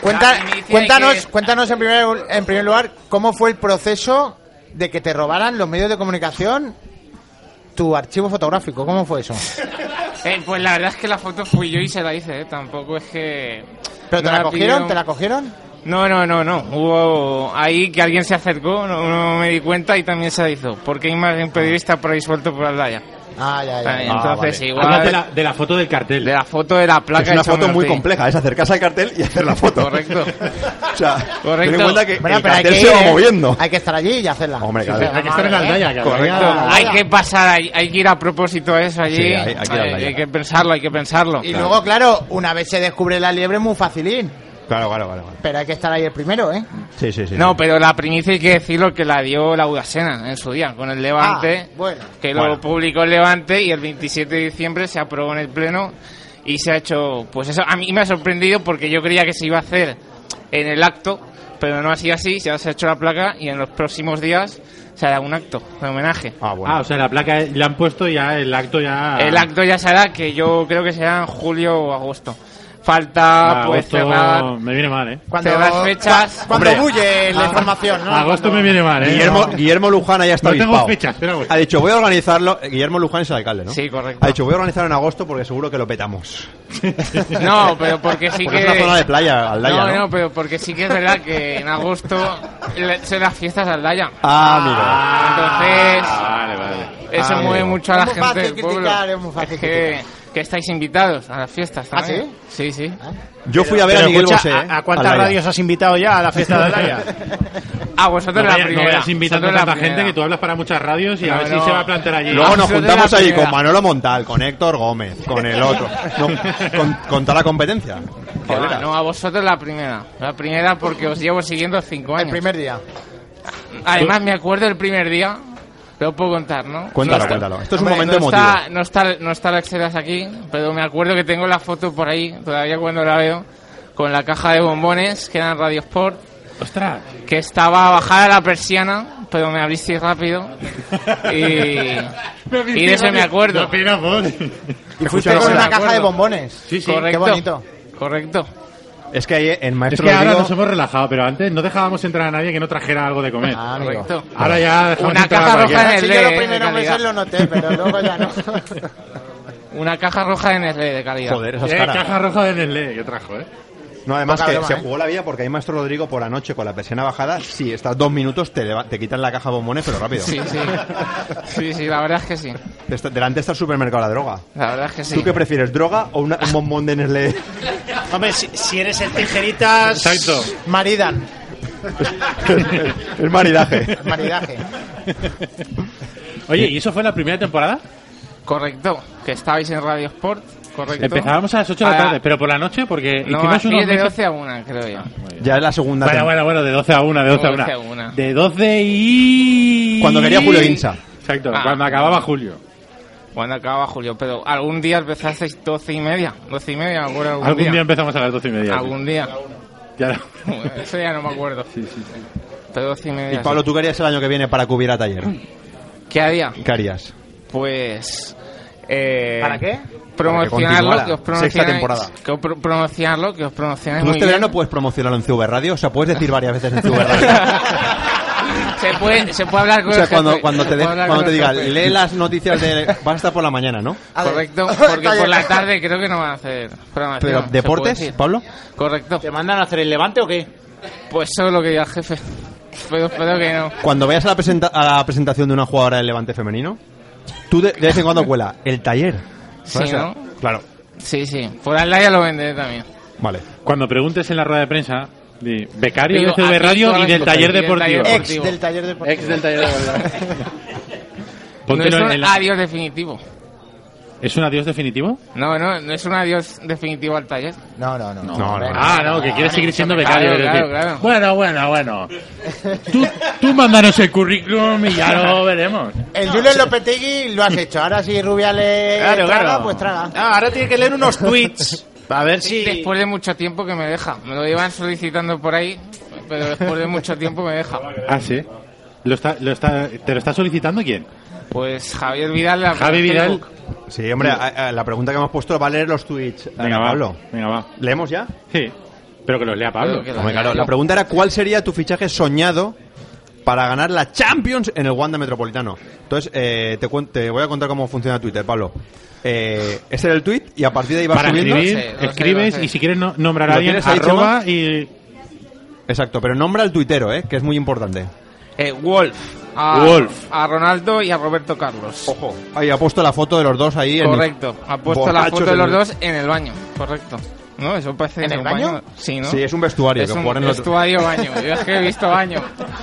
Cuenta- La primicia cuéntanos, que- cuéntanos en primer, en primer lugar cómo fue el proceso de que te robaran los medios de comunicación tu archivo fotográfico. ¿Cómo fue eso? Eh, pues la verdad es que la foto fui yo y se la hice, ¿eh? Tampoco es que... ¿Pero te no la cogieron? pidieron. ¿Te la cogieron? No, no, no, no. Hubo ahí que alguien se acercó, no, no me di cuenta y también se la hizo. Porque hay más Ah. de un periodista por ahí suelto por Aldaya. Ah, ya, ya. También, ya. Entonces, Habla de igual... la, de la foto del cartel. De la foto de la placa Es una de Chaume foto muy Ortiz. compleja, es acercarse al cartel y hacer la foto. Correcto. O sea, ten en Correcto. cuenta que Bueno, el pero hay cartel que se va ir, ¿eh? moviendo. Hay que estar allí y hacerla. Hombre, Sí, claro. sí, Hay que estar en ¿eh? Aldaya. que Correcto. Aldaya- Hay que pasar, ahí, hay que ir a propósito a eso allí. Sí, hay- hay que ir a Eh, Aldaya. hay que pensarlo, hay que pensarlo. Y luego, claro, una vez se descubre la liebre es muy facilín. Claro, claro, claro. claro. Pero hay que estar ahí el primero, ¿eh? Sí, sí, sí. No, pero la primicia hay que decirlo que la dio la Udasena en su día, con el Levante, Ah, bueno. que lo Bueno. publicó el Levante y el 27 de diciembre se aprobó en el Pleno y se ha hecho, pues eso, a mí me ha sorprendido porque yo creía que se iba a hacer en el acto, pero no ha sido así, se ha se ha hecho la placa y en los próximos días se hará un acto de homenaje. Ah, bueno. Ah, o sea, la placa le han puesto ya el acto Ah. ya. El acto ya se hará, que yo creo que será en julio o agosto. Ah, Falta, pues, agosto cerrar... me viene mal, ¿eh? Cuando Te das fechas. cua- cuando Hombre. bulle la información, ¿no? agosto me viene mal, ¿eh? Guillermo, No. Guillermo Luján ahí está No tengo avispao. fechas, pero bueno. Ha dicho, voy a organizarlo. Eh, Guillermo Luján es el alcalde, ¿no? Sí, correcto. Ha dicho, voy a organizar en agosto porque seguro que lo petamos. No, pero porque sí porque que... es una zona de playa, Aldaya, no, ¿no? no, pero porque sí que es verdad que en agosto le- son las fiestas de Aldaya. Ah, mira. Entonces, Vale, vale. eso Ah, mueve amigo. mucho a la Es muy gente fácil del pueblo. criticar, es muy fácil que, criticar. que estáis invitados a las fiestas ¿Ah, también. sí? Sí, Yo fui a ver a Pero Miguel Bosé. escucha, ¿eh? ¿a, a cuántas Aldaya. radios has invitado ya a la fiesta de Aldaya? Ah, No vosotros la vayas, no primera. vayas invitando a vosotros la tanta gente primera. que tú hablas para muchas radios y a No, ver si no. se va a plantar allí. Luego Ah, nos Eso es de juntamos la ahí con primera. Manolo Montal, con Héctor Gómez, con el otro. No, con, con toda la competencia. Que va, Joder, no, a vosotros la primera. La primera porque os llevo siguiendo cinco El años. primer día. Además, me acuerdo el primer día. Lo puedo contar, ¿no? Cuéntalo, No está- cuéntalo. Esto es un Hombre, momento no emotivo. Está, no, está, no está la Xeras aquí, pero me acuerdo que tengo la foto por ahí, todavía cuando la veo, con la caja de bombones, que era en Radio Sport, Ostras. que estaba bajada la persiana, pero me abristeis rápido. Y, y de eso me acuerdo. No, pero, joder. Y fuiste con no me una acuerdo. caja de bombones. Sí, sí. Correcto. Qué bonito. Correcto. Es que ahí en Es Maestro que ahora Rodrigo- nos hemos relajado, pero antes no dejábamos entrar a nadie que no trajera algo de comer. Ah, amigo. Correcto. Ahora ya dejamos Una entrar a caja roja cualquiera. en el Sí, yo de- los de primeros calidad. meses lo noté, pero luego ya no. Una caja roja en NSD de calidad. Joder, esas Eh, caras. caja roja de Nestlé que trajo, ¿eh? No, además Poca que broma, se ¿eh? jugó la vida porque hay Maestro Rodrigo por la noche con la persiana bajada. Si estás dos minutos, te, leva- te quitan la caja de bombones, pero rápido. Sí, sí. Sí, sí, la verdad es que sí. Está- delante está el supermercado la droga. La verdad es que sí. ¿Tú qué prefieres, droga o una- un bombón de Nestlé? Hombre, si, si eres el tijeritas... Exacto. Maridan. es maridaje. Maridaje. Oye, ¿y eso fue la primera temporada? Correcto, que estabais en Radio Sport, correcto. Empezábamos a las 8 de la Ah, tarde, pero por la noche, porque No, hicimos así unos de meses- 12 a 1, creo yo. Ya es la segunda Bueno, tem- bueno, bueno, de 12 a 1, de 12 a 1. 12 a una. De 12 y... Cuando quería Julio Insa. Exacto, Ah. cuando acababa Julio. Cuando acababa Julio, pero algún día empezasteis 12 y media, 12 y media, me acuerdo algún, Algún día. empezamos a las 12 y media. sí. algún día. Ya era- Eso ya no me acuerdo. Pero 12 y Y media. Pablo, ¿tú qué harías el año que viene para que hubiera taller? sí. ¿Qué haría? ¿Qué harías? Pues... Eh, ¿Para qué? continuara. Promocionarlo, que os promocionáis. Sexta temporada. Que os pro- promocionarlo, que os promocionáis Tú muy este bien. verano puedes promocionarlo en CV Radio, o sea, puedes decir varias veces en CV Radio. Se se puede, se puede hablar con O sea, el jefe. cuando, cuando te, Se de- puede hablar cuando con te el diga, jefe. lee las noticias de... Vas a estar por la mañana, ¿no? Correcto, porque por la tarde creo que no van a hacer programación. Pero, se ¿deportes, puede decir. Pablo? Correcto. ¿Te mandan a hacer el levante o qué? Pues eso es lo que diga el jefe. Pero espero que no. Cuando vayas a la, presenta- a la presentación de una jugadora del Levante femenino, tú de, de vez en cuando cuela el taller. Sí, O sea, ¿no? Claro. Sí, sí. Por la ya lo venderé también. Vale. Cuando preguntes en la rueda de prensa, di, becario Digo, de CB aquí Radio todas y las del cosas, taller y del taller deportivo. deportivo. Del taller deportivo. Ex del taller No Póntelo es un en el- adiós definitivo. ¿Es un adiós definitivo? No, no, no es un adiós definitivo al taller. No, no, no. No, no. Ah, no, que quieres seguir siendo becario. Claro, quiero claro, decir. Bueno, claro. bueno, bueno. Tú, tú mándanos el currículum y ya lo veremos. El Julio Lopetegui lo has hecho. Ahora si Rubiales Claro, traga, claro. pues traga. ahora tiene que leer unos tweets. A ver si. Después de mucho tiempo que me deja. Me lo iban solicitando por ahí, pero después de mucho tiempo me deja. Ah, sí. ¿Lo está, lo está, ¿Te lo está solicitando quién? Pues Javier Vidal. la- Javi Vidal. Sí, hombre, a- a la pregunta que hemos puesto va a leer los tweets. Venga, Ana, va. Pablo. Venga, va. ¿Leemos ya? Sí. Pero que los lea Pablo. Pero que Hombre, claro, la pregunta era ¿cuál sería tu fichaje soñado para ganar la Champions en el Wanda Metropolitano? Entonces, eh, te, cuen- te voy a contar cómo funciona Twitter, Pablo. Eh, este era el tweet y a partir de ahí vas Para subiendo. escribir, lo sé, lo escribes sé. y si quieres no- nombrar a ¿Lo alguien, tienes ahí, arroba y... Exacto, pero nombra al tuitero, eh, que es muy importante. Eh, Wolf. A, Wolf. A Ronaldo y a Roberto Carlos. Ojo. Ahí ha puesto la foto de los dos ahí. en- Correcto. Ha puesto la Borrachos foto de en los el- dos en el baño. Correcto. ¿No? Eso parece ¿En que el es un baño? Sí, ¿no? Sí, es un vestuario. Es que un juegan en el otro- vestuario baño. Yo es que he visto baño.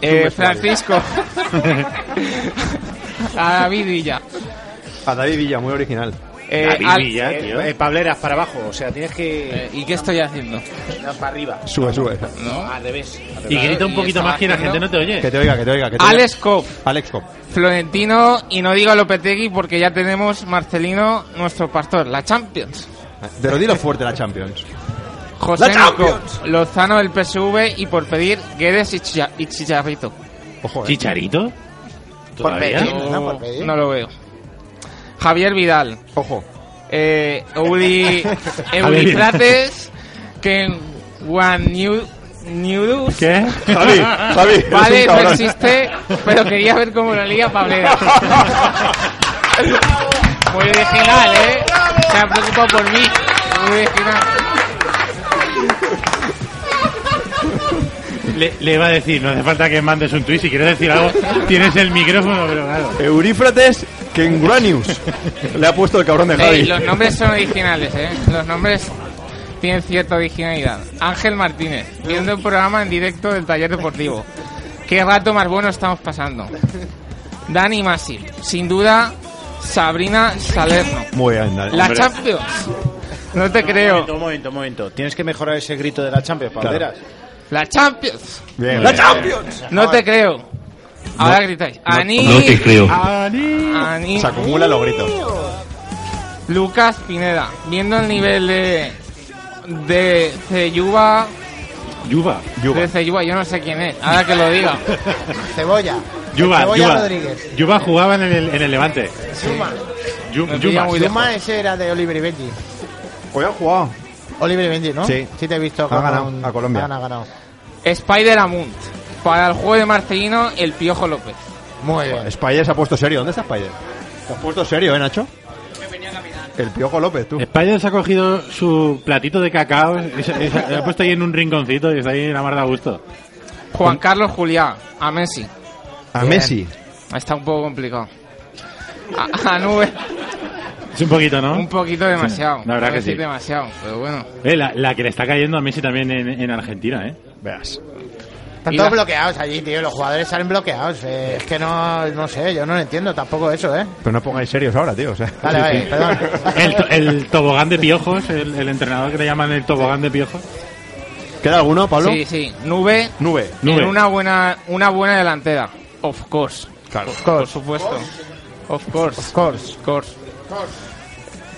Es un Eh, vestuario. Francisco. a David Villa. A David Villa, muy original. Eh, David al- Villa, eh, tío. Eh, Pableras para abajo, o sea, tienes que. eh, ¿Y qué estoy haciendo? para arriba. Sube, sube. ¿No? Al revés. Y grita un y poquito estaba más que la haciendo- gente no te oye. Que te oiga, que te oiga. Que te oiga. Alex Koff. Alex Cop. Florentino y no digo Lopetegui porque ya tenemos Marcelino, nuestro pastor, la Champions. Pero dilo fuerte la Champions. José ¡La Nico, Champions! Lozano del PSV y por pedir Guedes y, Chicha- y Chicharrito. Ojo, eh. ¿Chicharito? ¿Todavía? pedir. ¿no? Por pedir. no lo veo. Javier Vidal, Ojo. eh, Euli, Euli Javier. Frates, Ken Juan New, Newdus. ¿Qué? Javi, Javi. eres Vale, un no cabrón. existe, pero quería ver cómo lo lía Pablera. Muy original, ¿eh? Se ha preocupado por mí. Muy original. Le, le iba a decir, no hace falta que mandes un tweet. Si quieres decir algo, tienes el micrófono, pero claro. Eurífrates Kengranius. Le ha puesto el cabrón de Javi. Ey, los nombres son originales, ¿eh? Los nombres tienen cierta originalidad. Ángel Martínez, viendo un programa en directo del taller deportivo. Qué rato más bueno estamos pasando. Dani Masi, sin duda, Sabrina Salerno. Muy bien, dale. La Hombre. Champions. No te Un creo. momento, un momento, un momento. Tienes que mejorar ese grito de la Champions, Pableras. La Champions. Bien. ¡La Champions! No te creo. Ahora gritáis. Ani. No te creo. Ani. Se acumula los gritos. Lucas Pineda. Viendo el nivel de. De Ceyuba. Yuba. De Ceyuba, yo no sé quién es. Ahora que lo diga. Cebolla. Yuba, Cebolla Yuba. Rodríguez. Yuba jugaba en el, en el Levante. Zuma. Yu- Me pilla Yuma. muy lejos. Zuma ese era de Oliver y Benji. Hoy han jugado. Oliver y Benji, ¿no? Sí. Sí te he visto. Ha con ganado un- a Colombia. Ha ganado, ha ganado. Spider Amunt. Para el juego de Marcelino, el Piojo López. Muy bien. Spider se ha puesto serio. ¿Dónde está Spider? ¿Te has puesto serio, eh, Nacho? El Piojo López, tú. España se ha cogido su platito de cacao, y se- y se- lo ha puesto ahí en un rinconcito y está ahí en la mar de a gusto. Juan Carlos Juliá. Ah, A Messi. A Messi. Está un poco complicado. A, a Nube. Es un poquito, ¿no? Un poquito demasiado. ¿Ah? la verdad No que decir sí. demasiado, pero bueno. Eh, la, la que le está cayendo a Messi también en, en Argentina, ¿eh? Veas. Están Y todos la- bloqueados allí, tío. Los jugadores salen bloqueados. Eh, es que no, no sé, yo no lo entiendo tampoco eso, ¿eh? Pero no pongáis serios ahora, tío. O sea. Vale, vale, perdón. El, to- el tobogán de piojos, el, el entrenador que le llaman el tobogán de piojos. ¿Queda alguno, Pablo? Sí, sí. Nube. Nube. Nube. En una buena, una buena delantera. Of course. Claro. Por supuesto. Of course. Of course. course.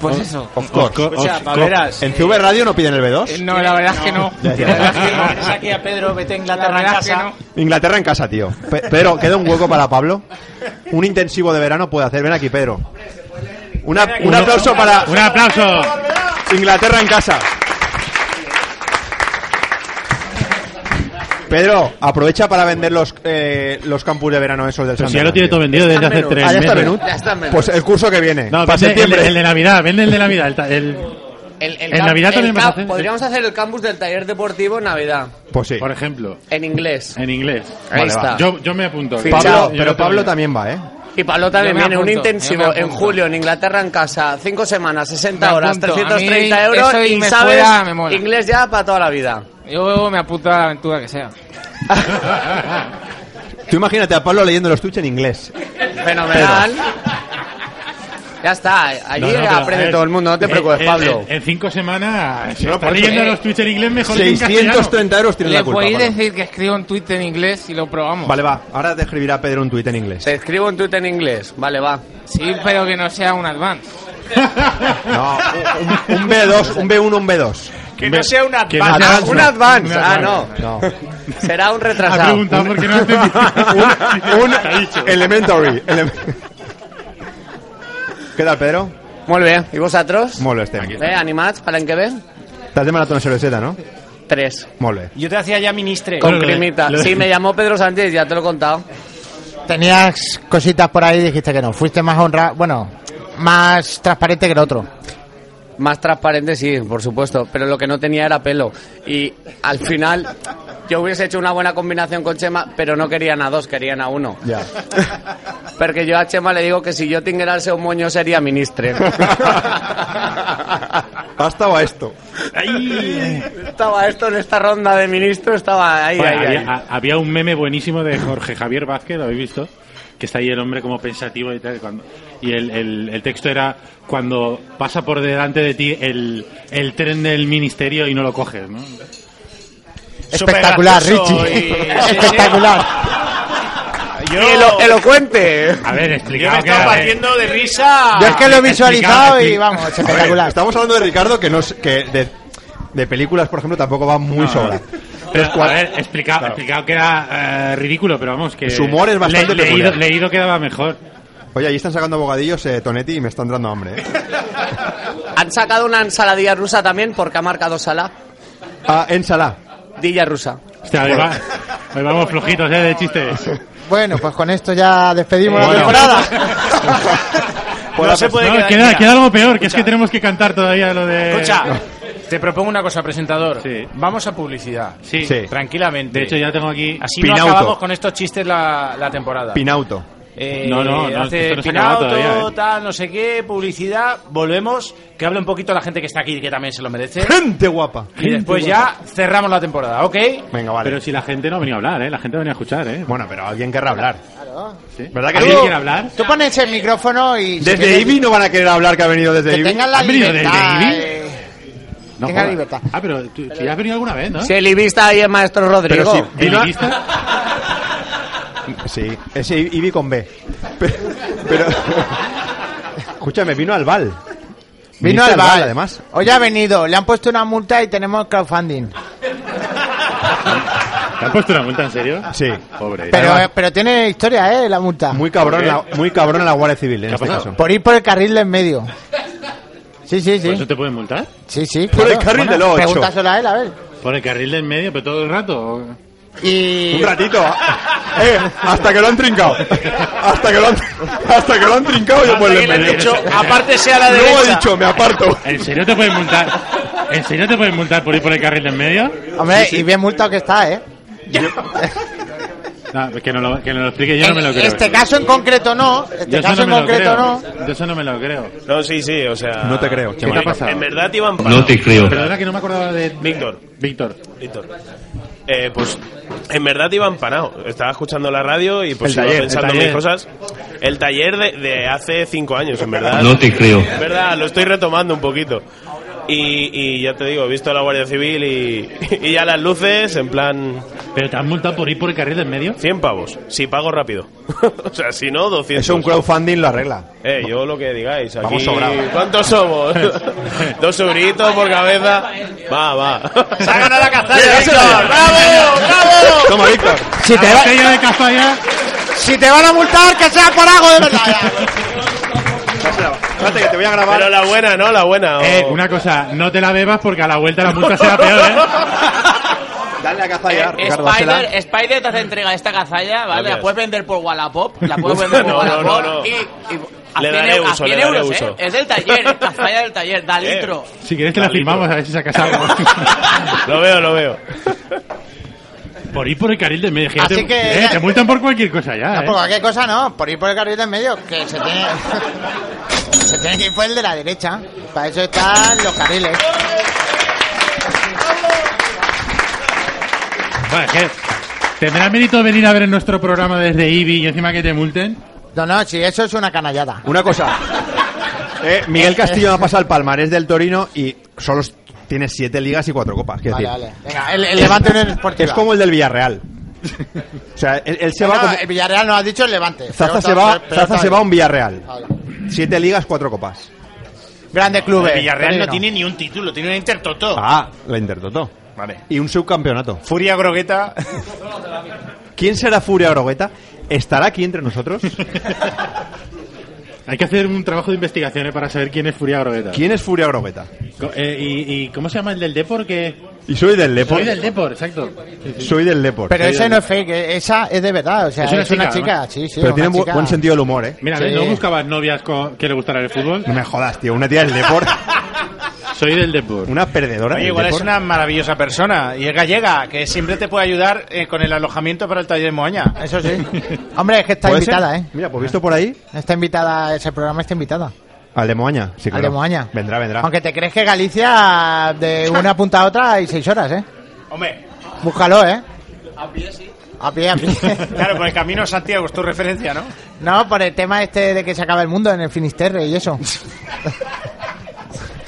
Pues eso. Of course. Os co- Escucha, os co- Pableras. ¿En CV Radio no piden el Eh, B2? No, la verdad es que no. Ya, ya. La verdad es que no. Saque a Pedro, vete a La Inglaterra en verdad es que casa. no. Inglaterra en casa, tío. Pe- Pedro, ¿queda un hueco para Pablo? Un intensivo de verano puede hacer. Ven aquí, Pedro. Una- un aplauso para Un aplauso. Inglaterra en casa. Pedro, aprovecha para vender los, eh, los campus de verano esos del Pero Santo. si ya lo tiene todo vendido desde hace tres Ah, ya está meses. Benut. Ya está en Benut. Pues el curso que viene. No, para vende el, septiembre. el de Navidad, vende el de Navidad. el ta- el- El, el En camp- Navidad el también vas a camp- hacer- Podríamos hacer el campus del taller deportivo en Navidad. Pues sí. Por ejemplo. En inglés. En inglés. Ahí Vale, está. va. Yo, yo me apunto. Fichado. Pablo, Yo pero no tengo Pablo idea. también va, ¿eh? Y Pablo también Yo me viene un apunto, yo intensivo me en apunto. julio en Inglaterra en casa. Cinco semanas, 60 Me horas, apunto. A mí 330 euros eso y y me sabes fuera, me mola. inglés ya para toda la vida. Yo me apunto a la aventura que sea. Tú imagínate a Pablo leyendo los tuches en inglés. Fenomenal. Ya está, allí No, no, pero, a aprende ver, todo el mundo, no te en- preocupes, en- Pablo. Eh, En, en cinco semanas. Se No, está por eso- leyendo eh, los tweets en inglés mejor que en 630 euros tiene Le la culpa. podéis Pablo. decir que escribo un tuit en inglés y lo probamos. Vale, va. Ahora te escribirá Pedro un tuit en inglés. Te escribo un tuit en inglés, vale, va. Sí, pero que no sea un advance. No, un, un B2, un B1, un B2. Que no sea un que no sea advance. advance, un no. advance. Un Ah, no. advance, no. Será un Ha retrasado. preguntado por qué no has Un, un elementary. ele- ¿Qué tal, Pedro? Muy bien. ¿Y vosotros? ¿Eh? Molt bé, estem. Bé, animats per l'any que ve? este. Estás de maratón cerveceta, ¿no? Tres. Molt bé. Yo te hacía ya ministre. Con cremita. Sí, me llamó Pedro Sánchez, ya te lo he contado. Tenías cositas por ahí y dijiste que no. Fuiste más honrado, bueno, más transparente que el otro. Más transparente, sí, por supuesto. Pero lo que no tenía era pelo. Y al final, yo hubiese hecho una buena combinación con Chema, pero no querían a dos, querían a uno. Ya. Porque yo a Chema le digo que si yo tinguera el seu moño sería ministre. Estaba esto. estaba esto en esta ronda de ministro, estaba ahí, Joder, ahí, había, ahí. a- había un meme buenísimo de Jorge Javier Vázquez, ¿lo habéis visto? Que está ahí el hombre como pensativo y tal. cuando- y el, el- el texto era cuando pasa por delante de ti el, el tren del ministerio y no lo coges, ¿no? Espectacular, gracioso Richie. y- Espectacular. Y elo- elocuente. A ver, Yo explicado. me estaba partiendo de risa. Yo es que lo he visualizado y explicado. vamos, espectacular. Estamos hablando de Ricardo que no es- que de, de películas, por ejemplo, tampoco va muy No, no, sobra. Pero, Entonces, a ver, explicado, explicado que era eh, ridículo, pero vamos, que... Su humor es bastante le- leído, peculiar. leído quedaba mejor. Oye, ahí están sacando bogadillos eh, Tonetti y me están dando hambre. ¿eh? Han sacado una ensaladilla rusa también porque ha marcado Salah. Ah, ensalá. Dilla rusa. Hostia, hoy, va- hoy vamos flojitos, ¿eh? De chistes. Bueno, pues con esto ya despedimos la Bueno. temporada. No, se puede quedar- queda, mira. queda algo peor, que es que tenemos que cantar todavía lo de... Escucha, te propongo una cosa, presentador. Eh, Sí. Vamos a publicidad. Sí. Tranquilamente. De hecho, ya tengo aquí... Así Pinauto. no acabamos con estos chistes la, la temporada. Pinauto. Eh, No, no, no, hace esto no se acaba Pinauto, todavía, eh. tal, no sé qué, publicidad. Volvemos, que hable un poquito la gente que está aquí, que también se lo merece. Gente guapa. y después ya cerramos la temporada, ¿ok? Venga, vale. Pero si la gente no ha venido a hablar, ¿eh? La gente ha venido a escuchar, ¿eh? Bueno, pero alguien querrá hablar. Sí. ¿Verdad que ¿Alguien no? quiere hablar? Tú pones el micrófono y... si Desde quieres, IBI no van a querer hablar que ha venido desde Que IBI. tengan la ¿Has venido libertad. desde Ibi? eh. No Tenga jodas. libertad. Ah, pero tú, si ya has venido alguna vez, ¿no? Si el Ibista ahí es maestro Rodrigo. Pero sí, ¿El vino a- Ibista? Sí, es I- IBI con B. Pero, pero- escúchame, vino al bal. Vino al bal, bar. además. Hoy ha venido, le han puesto una multa y tenemos crowdfunding. ¿Te han puesto una multa, en serio? Sí. Pobre. Pero, Además- pero tiene historia, ¿eh? La multa. Muy cabrón, la, muy cabrón la Guardia Civil en ha este pasado? caso. Por ir por el carril de en medio. Sí, sí, ¿Por sí. eso te pueden multar? Sí, sí. Por el carril del ocho. Pregúntaselo a él, a ver. ¿Por el carril del medio, pero todo el rato? Y... Un ratito. Eh, hasta que lo han trincado. Hasta que lo han, hasta que lo han trincado yo pues por el Que le han medio. dicho, "Ah, aparte sea la Luego ha derecha. dicho, me aparto. ¿En serio te pueden multar? ¿En serio te pueden multar por ir por el carril del medio? Hombre, y bien multado que está, ¿eh? No, que no lo, que no lo explique, yo no me lo creo. Este caso en concreto no. Este Yo eso caso no en me lo concreto creo. no. Yo eso no me lo creo. No, sí, sí, o sea. No te creo, ¿Qué te ha pasado? En verdad te iban No te creo. Perdona que no me acordaba de... Víctor. Víctor. Víctor. Eh, pues en verdad iba empanado. Estaba escuchando la radio y pues El iba taller, pensando el en mis taller. cosas. El taller de, de hace cinco años, en verdad. No te creo. En verdad, lo estoy retomando un poquito. Y, y ya te digo, he visto a la Guardia Civil y, y ya las luces, en plan ¿Pero te han multado por ir por el carril del medio? 100 pavos. Si pago rápido. o sea, si no, 200. Eso un crowdfunding lo arregla. Eh, yo lo que digáis. Aquí, Vamos sobrado. ¿Cuántos somos? Dos euritos por cabeza. Va, va. ¡Se ha ganado la castaña, Víctor! ¡Bravo! ¡Bravo! Toma, Víctor. Si te, La va- botella de Castalla. si te van a multar, que sea por algo de verdad. eh. Espérate que te voy a grabar. Pero la buena, ¿no? La buena. o- Eh, una cosa, no te la bebas porque a la vuelta la multa será peor, ¿eh? Dale la cazalla, Eh, guárdasela. Spider, Spider te hace entrega esta cazalla, ¿vale? Gracias. La puedes vender por Wallapop, la puedes vender por No, no, Wallapop no, no. y... y a Le 100 daré euros, a uso, 100 le daré euros, uso. Eh. ¿eh? Es del taller, cazalla del taller, da litro. Si quieres te la firmamos a ver si sacas algo. Lo veo, lo veo. Por ir por el carril de medio. Así te- que- eh, te multan por cualquier cosa ya. No, eh. por cualquier cosa no, por ir por el carril de en medio, que se tiene, se tiene que ir por el de la derecha. Para eso están los carriles. Bueno, es que ¿Tendrá mérito venir a ver nuestro programa desde IBI y encima que te multen? No, no, si eso es una canallada. Una cosa. Eh, Miguel Castillo ha pasado al palmarés del Torino y solo tiene siete ligas y cuatro copas. quiero Vale, decir. vale. Venga, el, el Levante Unión Esportiva. Es como el del Villarreal. O sea, él, él se va No, como- eh, el Villarreal nos ha dicho el Levante. Zaza Peor se to- va, peor Zaza se todavía. va a un Villarreal. Vale. Siete ligas, cuatro copas. Grandes clubes. El Villarreal no Torino. tiene ni un título, tiene un intertoto. Ah, la intertotó. Vale. Y un subcampeonato. Furia Grogueta. ¿Quién será Furia Grogueta? ¿Estará aquí entre nosotros? Hay que hacer un trabajo de investigación eh, para saber quién es Furia Groveta. ¿Quién es Furia Grogueta? Co- eh, y, y cómo se llama el del Depor? Que... Y soy del Depor. Soy del Depor, exacto. Sí, sí. Soy del Depor. Pero Soy esa del no es fake, eh, esa es de verdad. O sea, es una chica, ¿no? sí, sí. Pero una tiene bu- chica. buen sentido del humor, ¿eh? Mira, ¿ves? ¿no buscabas novias co- que le gustara el fútbol? No me jodas, tío. Una tía del Depor. Soy del Depor. Una perdedora Oye, del igual es Depor. una maravillosa persona y es gallega, que siempre te puede ayudar eh, con el alojamiento para el taller de Moaña. Eso sí. Hombre, es que está ¿Puede invitada, ser? ¿eh? Mira, pues visto por ahí. Está invitada, ese programa está invitada. Al de Moaña. Sí, claro. Al de Moaña. Vendrá, vendrá. Aunque te crees que Galicia de una punta a otra hay seis horas, ¿eh? Hombre, Búscalo, ¿eh? a pie sí. A pie, a pie. Claro, por el camino a Santiago es tu referencia, ¿no? No, por el tema este de que se acaba el mundo en el Finisterre y eso.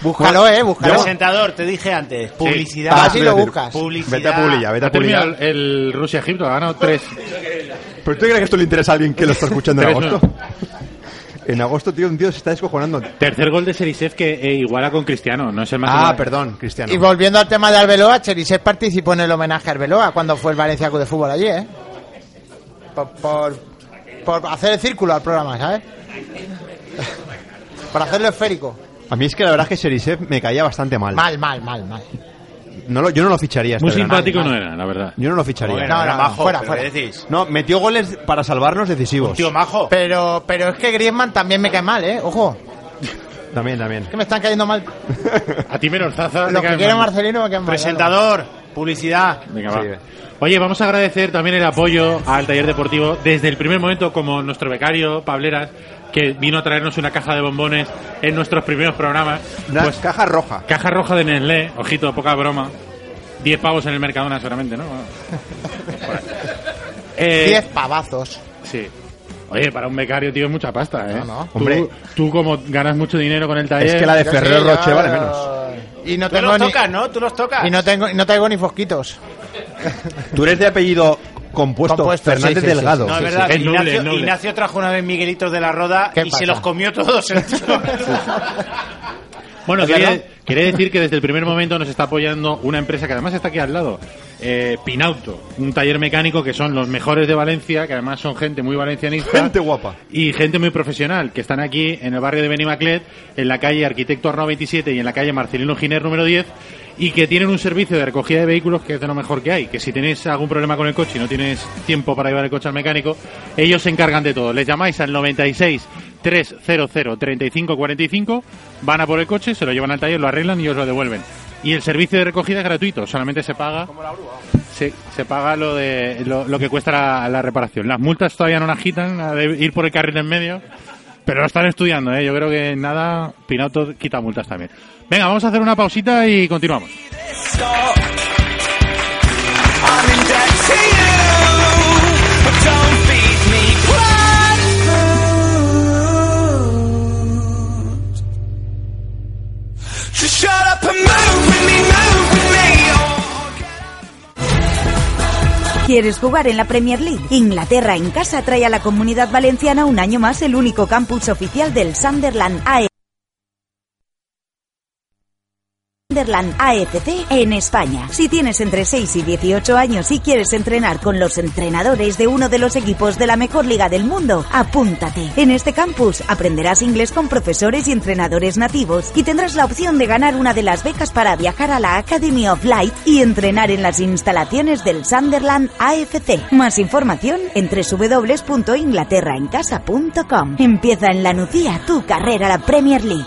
búscalo, eh, búscalo. Presentador, te dije antes. Publicidad. Ah, sí, lo buscas. Publicidad. Vete a Pulilla, vete a Ha terminado Pulilla. el Rusia-Egipto, ha ganado 3. ¿Pero tú crees que esto le interesa a alguien que lo está escuchando en Tres, agosto? En agosto, tío, un tío se está descojonando. Tercer gol de Serisev que eh, iguala con Cristiano, no es el más Ah, igual. perdón, Cristiano. Y volviendo al tema de Arbeloa, Cherisés participó en el homenaje a Arbeloa cuando fue el Valencia Club de Fútbol allí, ¿eh? Por, por, por hacer el círculo al programa, ¿sabes? por hacerlo esférico. A mí es que la verdad es que Serisev me caía bastante mal. Mal, mal, mal, mal. No lo- yo no lo ficharía. este Muy verano. simpático no era, la verdad. Yo no lo ficharía. Bueno, No, era no, majo, fuera, pero fuera. decís. No, metió goles para salvarnos decisivos. majo. Pero, pero es que Griezmann también me cae mal, ¿eh? Ojo, También, también. que me están cayendo mal. A ti menos Zaza. Los te que cae quieren mal. Marcelino me caen mal. ¿eh? Presentador, publicidad. Venga, va. Oye, vamos a agradecer también el apoyo al taller deportivo desde el primer momento, como nuestro becario, Pableras, que vino a traernos una caja de bombones en nuestros primeros programas. Una Pues, caja roja. caja roja de Nestlé, ojito, poca broma. 10 pavos en el Mercadona seguramente, ¿no? Bueno. Eh, Diez pavazos. Sí. Oye, para un becario, tío, es mucha pasta, ¿eh? No, no. Tú- Hombre. Tú, como ganas mucho dinero con el taller... Es que la de Yo Ferrer sí, yo- Roche vale menos. Y no Tú los tengo ni, tocas, ¿no? Tú los tocas. y no tengo, y no traigo ni fosquitos. Tú eres de apellido compuesto, Compuesto, Fernández sí, sí, Delgado. No, es verdad. sí. Es noble, Ignacio, es noble. Ignacio trajo una vez Miguelitos de la Roda ¿Qué y pasa? se los comió todos. el tío. Bueno, ¿Es verdad? quería, quería decir que desde el primer momento nos está apoyando una empresa que además está aquí al lado, eh, Pinauto, un taller mecánico que son los mejores de Valencia, que además son gente muy valencianista. Gente guapa. Y gente muy profesional, que están aquí en el barrio de Benimaclet, en la calle Arquitecto Arnau 27 y en la calle Marcelino Giner número 10, y que tienen un servicio de recogida de vehículos que es de lo mejor que hay, que si tenéis algún problema con el coche y no tienes tiempo para llevar el coche al mecánico, ellos se encargan de todo. Les llamáis al 96 300 3545, van a por el coche, se lo llevan al taller, lo arreglan y os lo devuelven. Y el servicio de recogida es gratuito, solamente se paga... Sí, se paga lo de lo, lo que cuesta la, la reparación. Las multas todavía no las agitan, la de ir por el carril en medio, pero lo están estudiando, ¿eh? Yo creo que en nada, Pinauto quita multas también. Venga, vamos a hacer una pausita y continuamos. ¿Quieres jugar en la Premier League? Inglaterra en casa trae a la comunidad valenciana un año más el único E. campus oficial del Sunderland AE Sunderland AFC en España. Si tienes entre 6 y 18 años y quieres entrenar con los entrenadores de uno de los equipos de la mejor liga del mundo, apúntate. En este campus aprenderás inglés con profesores y entrenadores nativos y tendrás la opción de ganar una de las becas para viajar a la Academy of Light y entrenar en las instalaciones del Sunderland AFC. Más información en www.inglaterraencasa.com. Empieza en la Nucía tu carrera a la Premier League.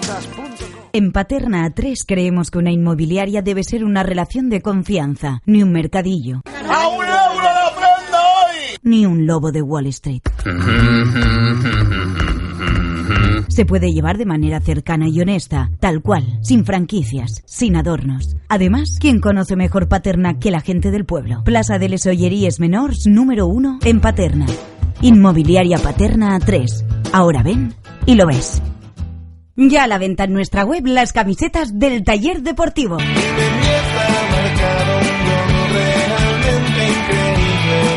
En Paterna A3 creemos que una inmobiliaria debe ser una relación de confianza, ni un mercadillo, ¡A un euro la prenda hoy! ni un lobo de Wall Street. Mm-hmm. Se puede llevar de manera cercana y honesta, tal cual, sin franquicias, sin adornos. Además, ¿quién conoce mejor Paterna que la gente del pueblo? Plaza de Les Olleries Menors, número 1, en Paterna. Inmobiliaria Paterna A3. Ahora ven y lo ves. Ya a la venta en nuestra web las camisetas del taller deportivo.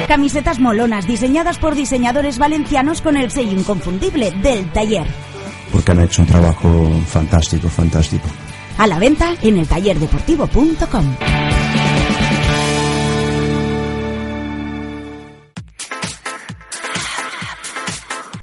Camisetas molonas diseñadas por diseñadores valencianos con el sello inconfundible del taller. porque han hecho un trabajo fantástico, fantástico. A la venta en el tallerdeportivo.com.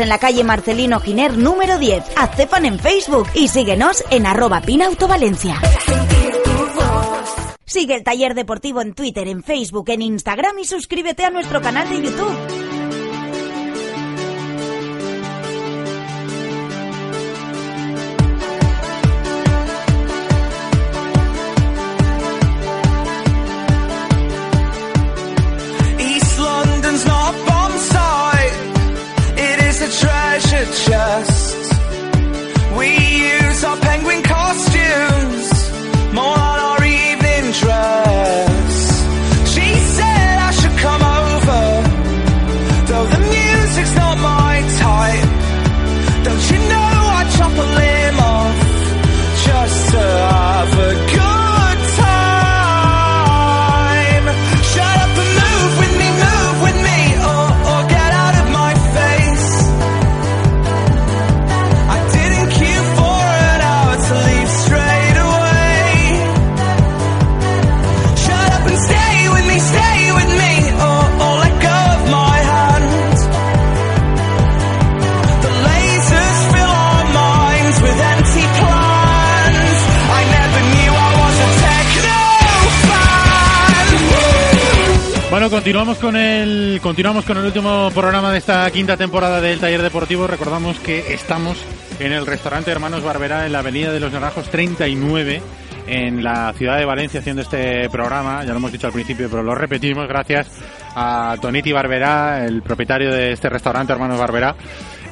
en la calle Marcelino Giner número 10. Haz fan en Facebook y síguenos en arroba Pinauto Valencia. Sigue el taller deportivo en Twitter, en Facebook, en Instagram y suscríbete a nuestro canal de YouTube. East London's not a bomb site. It is a treasure chest. We use our penguin costumes more on our evening dress. She said I should come over, though the music's not my type. Don't you know I chop a limb off just to have a good time. Shut up and move with me, move with me, or, or get out of my face. I didn't queue for an hour to leave straight away. Shut up and stay with me, stay with me, or, or let go of my hand. The lasers fill our minds with empty plans. I never knew I was a techno fan. Bueno, continuamos con el continuamos con el último programa de esta quinta temporada del Taller Deportivo. Recordamos que estamos en el restaurante Hermanos Barberá en la Avenida de los Naranjos 39 en la ciudad de Valencia haciendo este programa. Ya lo hemos dicho al principio, pero lo repetimos. Gracias a Toniti Barberá, el propietario de este restaurante Hermanos Barberá.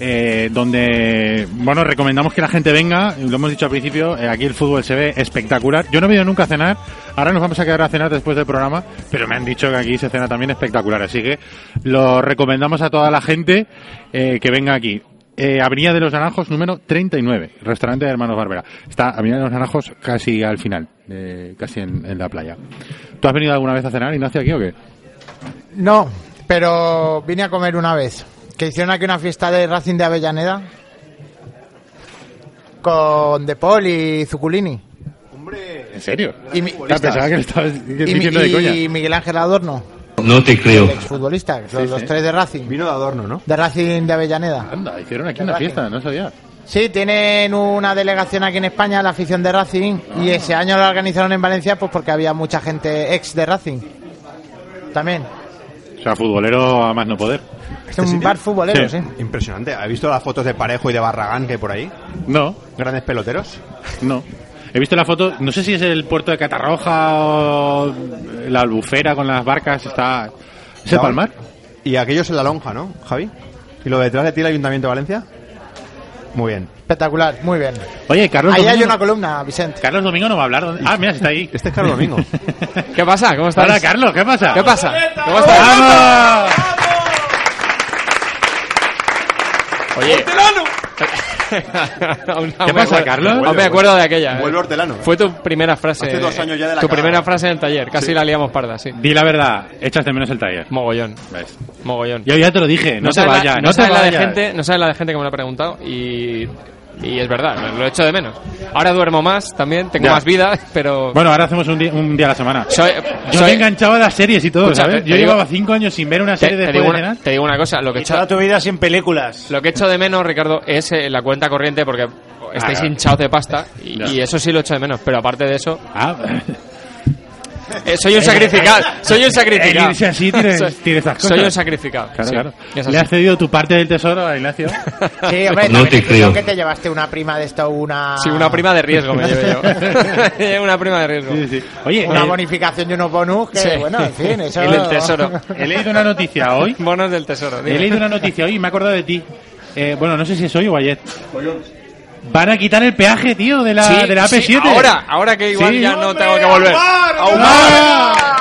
eh, donde, bueno, recomendamos que la gente venga, lo hemos dicho al principio, eh, aquí el fútbol se ve espectacular. Yo no he ido nunca a cenar, ahora nos vamos a quedar a cenar después del programa, pero me han dicho que aquí se cena también espectacular, así que lo recomendamos a toda la gente eh, que venga aquí. Eh, Avenida de los Naranjos número 39, restaurante de Hermanos Bárbara. Está Avenida de los Naranjos casi al final, eh, casi en, en la playa. ¿Tú has venido alguna vez a cenar, Ignacio, aquí o qué? No, pero vine a comer una vez. Que hicieron aquí una fiesta de Racing de Avellaneda. Con De Paul y Zuculini. ¿En serio? Y mi- Ah, pensaba que lo estabas Y, diciendo mi- de coña. y Miguel Ángel Adorno, No te creo. futbolista, Sí, los, los sí. tres de Racing. Vino de Adorno, ¿no? De Racing de Avellaneda. Anda, hicieron aquí De una Racing. fiesta, no sabía. Sí, tienen una delegación aquí en España, la afición de Racing, y Ah. ese año lo organizaron en Valencia pues porque había mucha gente ex de Racing. También. O sea, futbolero a más no poder. Este Es un bar futbolero, sí. Impresionante. ¿Has visto las fotos de Parejo y de Barragán que hay por ahí? No. ¿Grandes peloteros? No. He visto la foto, no sé si es el puerto de Catarroja o la albufera con las barcas, está... ¿Es el La- Palmar? Y aquellos en la lonja, ¿no, Javi? ¿Y lo de detrás de ti el Ayuntamiento de Valencia? Muy bien. Espectacular, muy bien. Oye, Carlos Ahí hay Domingo- una columna, Vicente. Carlos Domingo no va a hablar. ¿dónde- Ah, mira, está ahí. Este es Carlos Domingo. ¿Qué pasa? ¿Cómo estáis? Hola, Carlos, ¿qué pasa? ¿Qué pasa? ¿Cómo estás? estáis? ¡Vamos! Oye. ¿Qué pasa, Carlos? Aún me acuerdo de aquella. eh. Vuelve Hortelano. Fue tu primera frase. Hace dos años ya de la Tu cagada. primera frase en el taller. Casi Sí. la liamos parda, sí. Di la verdad, echas de menos el taller. Mogollón. Mogollón. Yo ya te lo dije, no, te sabes la- vayas, no no, te sabes La vayas. de gente, no sabes la de gente que me lo ha preguntado y, y es verdad, lo echo de menos. Ahora duermo más también, tengo Ya. más vida, pero... Bueno, ahora hacemos un día, un día a la semana. Soy- Yo soy- me enganchaba a las series y todo, Escucha, ¿sabes? te- Yo te digo- llevaba cinco años sin ver una te, serie te después digo de una, cenar. te digo una cosa, lo que echo... Toda tu vida sin películas. Lo que echo de menos, Ricardo, es eh, la cuenta corriente porque estáis claro. hinchados de pasta y, Ah, Ya. y eso sí lo echo de menos. Pero aparte de eso, Ah, eh, soy un sacrificado. Soy un sacrificado. El eh, irse así tiene, Soy- tiene esas cosas. Soy un sacrificado. Claro, sí. claro. Es así. ¿Le has cedido tu parte del tesoro a Ignacio? Sí, hombre, también es que creo que te llevaste una prima de esto, una... Sí, una prima de riesgo me llevé yo. Me llevé una prima de riesgo. Oye, Una eh, bonificación y unos bonus que, Sí. bueno, en fin, eso... Y del tesoro. He leído una noticia hoy. Bonos del tesoro. dime. He leído una noticia hoy y me he acordado de ti. Eh, bueno, no sé si es hoy o ayer. Van a quitar el peaje, tío, de la, Sí, de la sí, AP7. ahora, ahora que igual Sí. ya no tengo que volver. ¡Ah,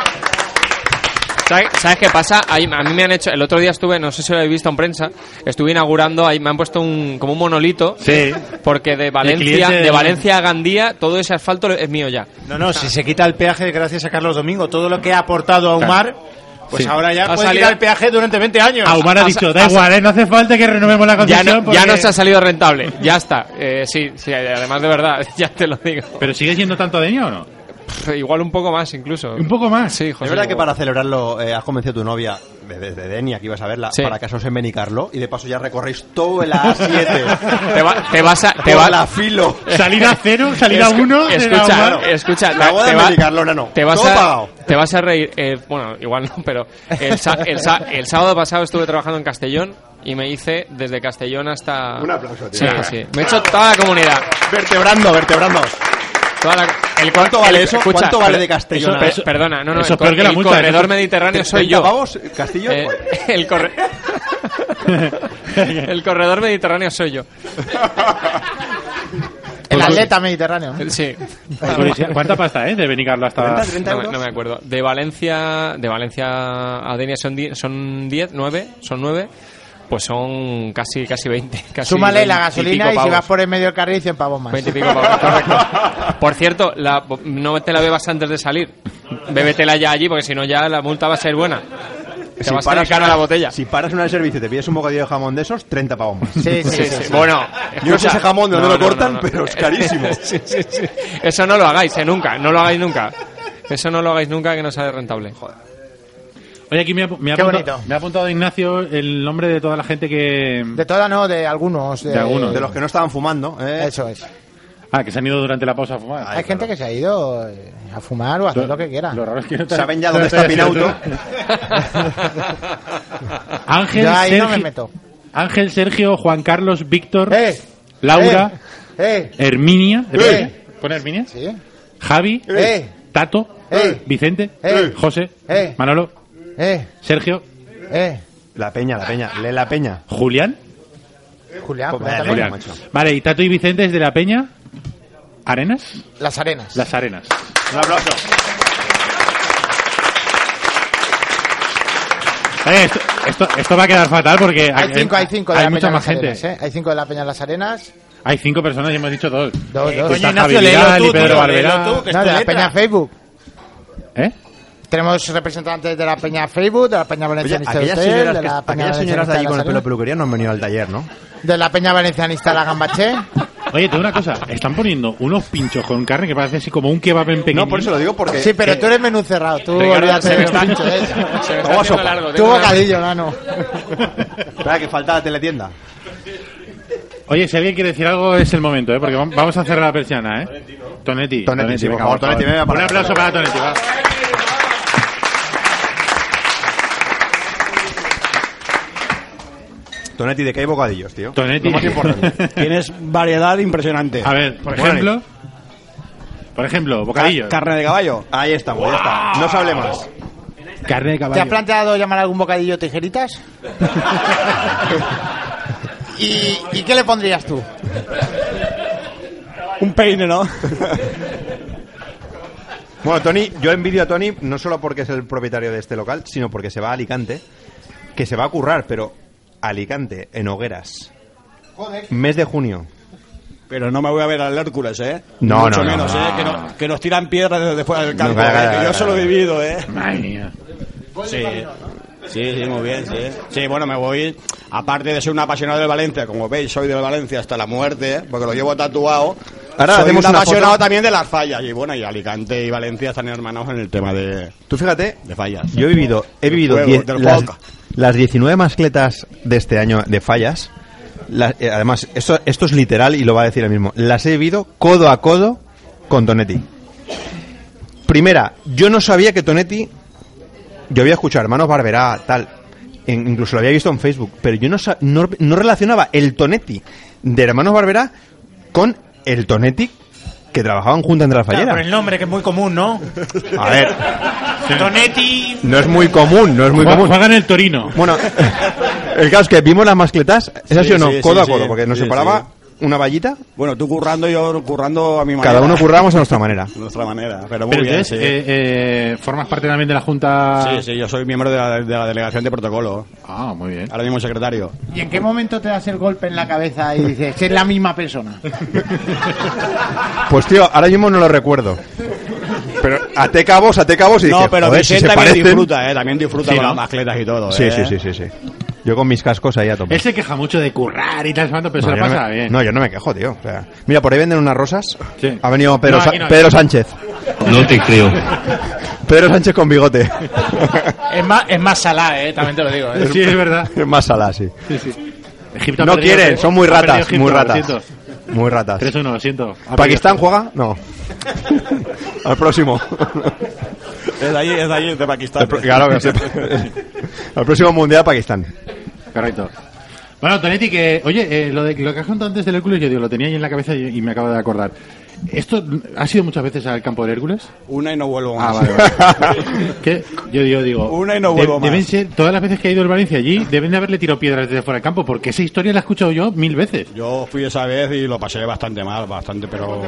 ¿Sabes, sabes qué pasa? Ahí- a mí me han hecho. El otro día estuve, no sé si lo habéis visto en prensa, estuve inaugurando, ahí me han puesto un, como un monolito. Sí. Porque de Valencia, cliente de de- Valencia a Gandía, todo ese asfalto es mío ya. No, no, si se quita el peaje gracias a Carlos Domingo, todo lo que ha aportado a Omar, pues Sí. ahora ya Ha puede salido- quitar el peaje durante 20 años. Aumar Ah, ha dicho, da igual, eh, no hace falta que renovemos la Ya concesión. no, ya porque- nos ha salido rentable, ya está. Eh, sí, sí, además de verdad, ya te lo digo. ¿Pero sigue siendo tanto de o no? Pff, Igual un poco más incluso. Un poco más. Sí, José. es verdad que un para poco. celebrarlo eh, has convencido a tu novia desde de, Denia, que ibas a verla, para casaros en Benicarlo y de paso ya recorréis todo el A7. Te, va- te vas a. Te Por va- la filo. Salida cero, salida Escu- uno. de la Escucha, Aumar. escucha. La boda de Benicarlona no. Te vas Todo a, pagado. Te vas a reír. eh, bueno, igual no, pero el, sa- el sa- el sábado pasado estuve trabajando en Castellón y me hice desde Castellón hasta. Un aplauso, tío. Sí, sí. Me he hecho toda la comunidad. Vertebrando, vertebrando. Toda la- el cor- ¿Cuánto vale el- eso? escucha, ¿Cuánto vale per- de Castellón? eso- per- perdona, no, no. Eso el es peor cor- que la el multa, corredor eso- mediterráneo soy 30 yo. pavos, Castillo. Eh, el, corre- el corredor mediterráneo soy yo. El Pues, atleta mediterráneo. Eh, Sí. Por curiosidad, ¿Cuánta pasta, eh, de Benicarlo hasta...? no, me- no me acuerdo. De Valencia, de Valencia a Denia son 10, son 10, 9, son 9. Pues son casi casi 20. Casi Súmale 20 la y gasolina y, pico si pavos. vas por el medio del carril, 100 pavos más. 20 y pico pavos, correcto. Por cierto, la- no te la bebas antes de salir. Bébetela ya allí, porque si no ya la multa va a ser buena. Te vas a cara a la botella. Si paras en el servicio y te pides un bocadillo de jamón de esos, 30 pavos más. Sí, sí, sí. Bueno, yo no sé escucha. ese jamón de No, dónde no, lo cortan, no, no. pero es carísimo. Sí, sí, sí. Eso no lo hagáis, eh, nunca. No lo hagáis nunca. Eso no lo hagáis nunca, que no sale rentable. Oye, aquí me ha, me ha Qué apuntado, bonito. me ha apuntado Ignacio el nombre de toda la gente que... De todas no, de algunos. De algunos. De los que no estaban fumando. ¿eh? Eso es. Ah, que se han ido durante la pausa a fumar. Hay gente que se ha ido eh, a fumar o a hacer Lo- lo que quiera. lo raro es que no te- Saben ya dónde está Pinauto. Ángel, Yo ahí Sergio, no me meto. Ángel, Sergio, Juan Carlos, Víctor, Laura, ¡Eh! Herminia, ¡Eh! ¿Pone Herminia? Sí. Javi, Eh. Tato, Eh. Vicente, Eh. José, Eh. Manolo, ¡Eh! Sergio, ¡Eh! La peña, la peña. Lee la peña. Julián. Julián, Pues Julián vale, también. Julián. Vale, y Tato y Vicente es de la Peña. ¿Arenas? Las arenas. Las Arenas. Un aplauso. Eh, esto, esto, esto va a quedar fatal porque Hay cinco, hay cinco de la mucha Peña más Las gente. Arenas, ¿eh? Hay cinco de la Peña de las arenas. Hay cinco personas y hemos dicho dos. Dos, dos. Está Javi Vidal y Pedro Barberá. No, de la Peña Facebook. ¿Eh? Tenemos representantes de la Peña Facebook, de la Peña Oye, Valencianista de aquellas Hotel, señoras, de que- la Peña aquellas señoras de allí con el Valencianista pelo de, de peluquería no han venido al taller, ¿no? las de la Peña Valencianista de la Gambaché. Oye, te digo una cosa. Están poniendo unos pinchos con carne que parece así como un kebab en Eh, pequeño. No, por eso lo digo porque... Sí, pero tú eres menú cerrado. Tú Ricardo, olvídate se me de está- los pinchos, ¿eh? se me está Agua haciendo sopa. largo, Tu tengo una- bocadillo, nano. Espera, que falta la teletienda. Oye, si alguien quiere decir algo, es el momento, ¿eh? Porque vam- vamos a cerrar la persiana, ¿eh? Tonetti. Tonetti, sí, por por favor, Tonetti, venga, Un para- aplauso para Tonetti, va. Tonetti, ¿de qué hay bocadillos, tío? Tonetti. Lo más importante. Tienes variedad impresionante. A ver, por ejemplo. Por ejemplo, bocadillo. Ca- carne de caballo. Ahí estamos, ya está. No se hable más. Carne de ¿Te has planteado llamar algún bocadillo tijeritas? ¿Y, y qué le pondrías tú? Un peine, ¿no? Bueno, Tony, yo envidio a Tony no solo porque es el propietario de este local, sino porque se va a Alicante, que se va a currar, pero Alicante, en hogueras. Mes de junio. Pero no me voy a ver al Hércules, ¿eh? No, Mucho no, no, menos, no, ¿eh? no, que, no, no- que nos tiran piedras desde fuera del campo. No, claro, ¿eh? claro, Que yo claro, se lo he claro. vivido, ¿eh? Madre mía. Sí. Sí, sí, muy bien, sí. Sí, bueno, me voy, aparte de ser un apasionado del Valencia, como veis, soy del Valencia hasta la muerte, ¿eh? porque lo llevo tatuado. Ahora soy hacemos un una apasionado foto. también de las fallas. Y bueno, y Alicante y Valencia están hermanados en el tema de, Tú fíjate, de fallas. yo he vivido, he Del vivido juego, die- del las, juego. las 19 mascletas de este año de fallas. Las- eh, además, esto, esto es literal y lo va a decir el mismo. Las he vivido codo a codo con Tonetti. Primera, yo no sabía que Tonetti. Yo había escuchado hermanos Barberá, tal. en- incluso lo había visto en Facebook. Pero yo no, sa- no, no relacionaba el Tonetti de hermanos Barberá con el Tonetti que trabajaban junto entre la Claro, fallera. por el nombre, que es muy común, ¿no? A ver. Tonetti. No es muy común, no es muy Juega- común. juega en el Torino. Bueno, el caso es que vimos las mascletas, es así Sí, o no, sí, codo sí, a codo, sí, porque nos sí, separaba una vallita, Bueno, tú currando, yo currando a mi manera. cada uno currábamos a nuestra manera. De nuestra manera, pero muy Pero bien, entonces, sí. eh, eh, ¿formas parte también de la Junta? Sí, sí, yo soy miembro de la, de la delegación de protocolo. Ah, muy bien. Ahora mismo secretario. ¿Y en qué momento te das el golpe en la cabeza y dices, es la misma persona? Pues tío, ahora mismo no lo recuerdo. Pero até cabos, até cabos y no, dije, pero joder, Vicente si se también parecen. disfruta, ¿eh? También disfruta Sí, con ¿no? las mascletas y todo, Sí, ¿eh? sí, sí, sí, sí. Yo con mis cascos ahí a tope. Él se queja mucho de currar y tal, Fernando, pero se yo lo pasa no me, bien. No, yo no me quejo, tío. O sea, mira, por ahí venden unas rosas. Ha venido Pedro, No, Sa- aquí no. Pedro Sánchez. No te creo. Pedro Sánchez con bigote. Es más, es más salá, eh, también te lo digo. eh. Es más salada, sí. Sí, sí. Egipto ha no perdido, quieren, eh. son muy Ha perdido ratas, Egipto, muy lo ratas. siento. Muy ratas. 3-1, lo siento. Ha ¿Pakistán perdido juega? No. Al próximo. Es de ahí, es de ahí, es de Pakistán. Al pro- claro, que sepa. Al próximo mundial, Pakistán. Correcto. Bueno, Tonetti, que, oye, eh, lo, de, lo que has contado antes del Hércules, yo digo, lo tenía ahí en la cabeza y, y me acabo de acordar. ¿Esto ha sido muchas veces al campo del Hércules? Una y no vuelvo Ah, más. vale, vale. ¿Qué? Yo, yo digo. Una y no vuelvo más. Deben ser, todas las veces que ha ido el Valencia allí, deben de haberle tirado piedras desde fuera del campo, porque esa historia la he escuchado yo mil veces. Yo fui esa vez y lo pasé bastante mal, bastante, pero...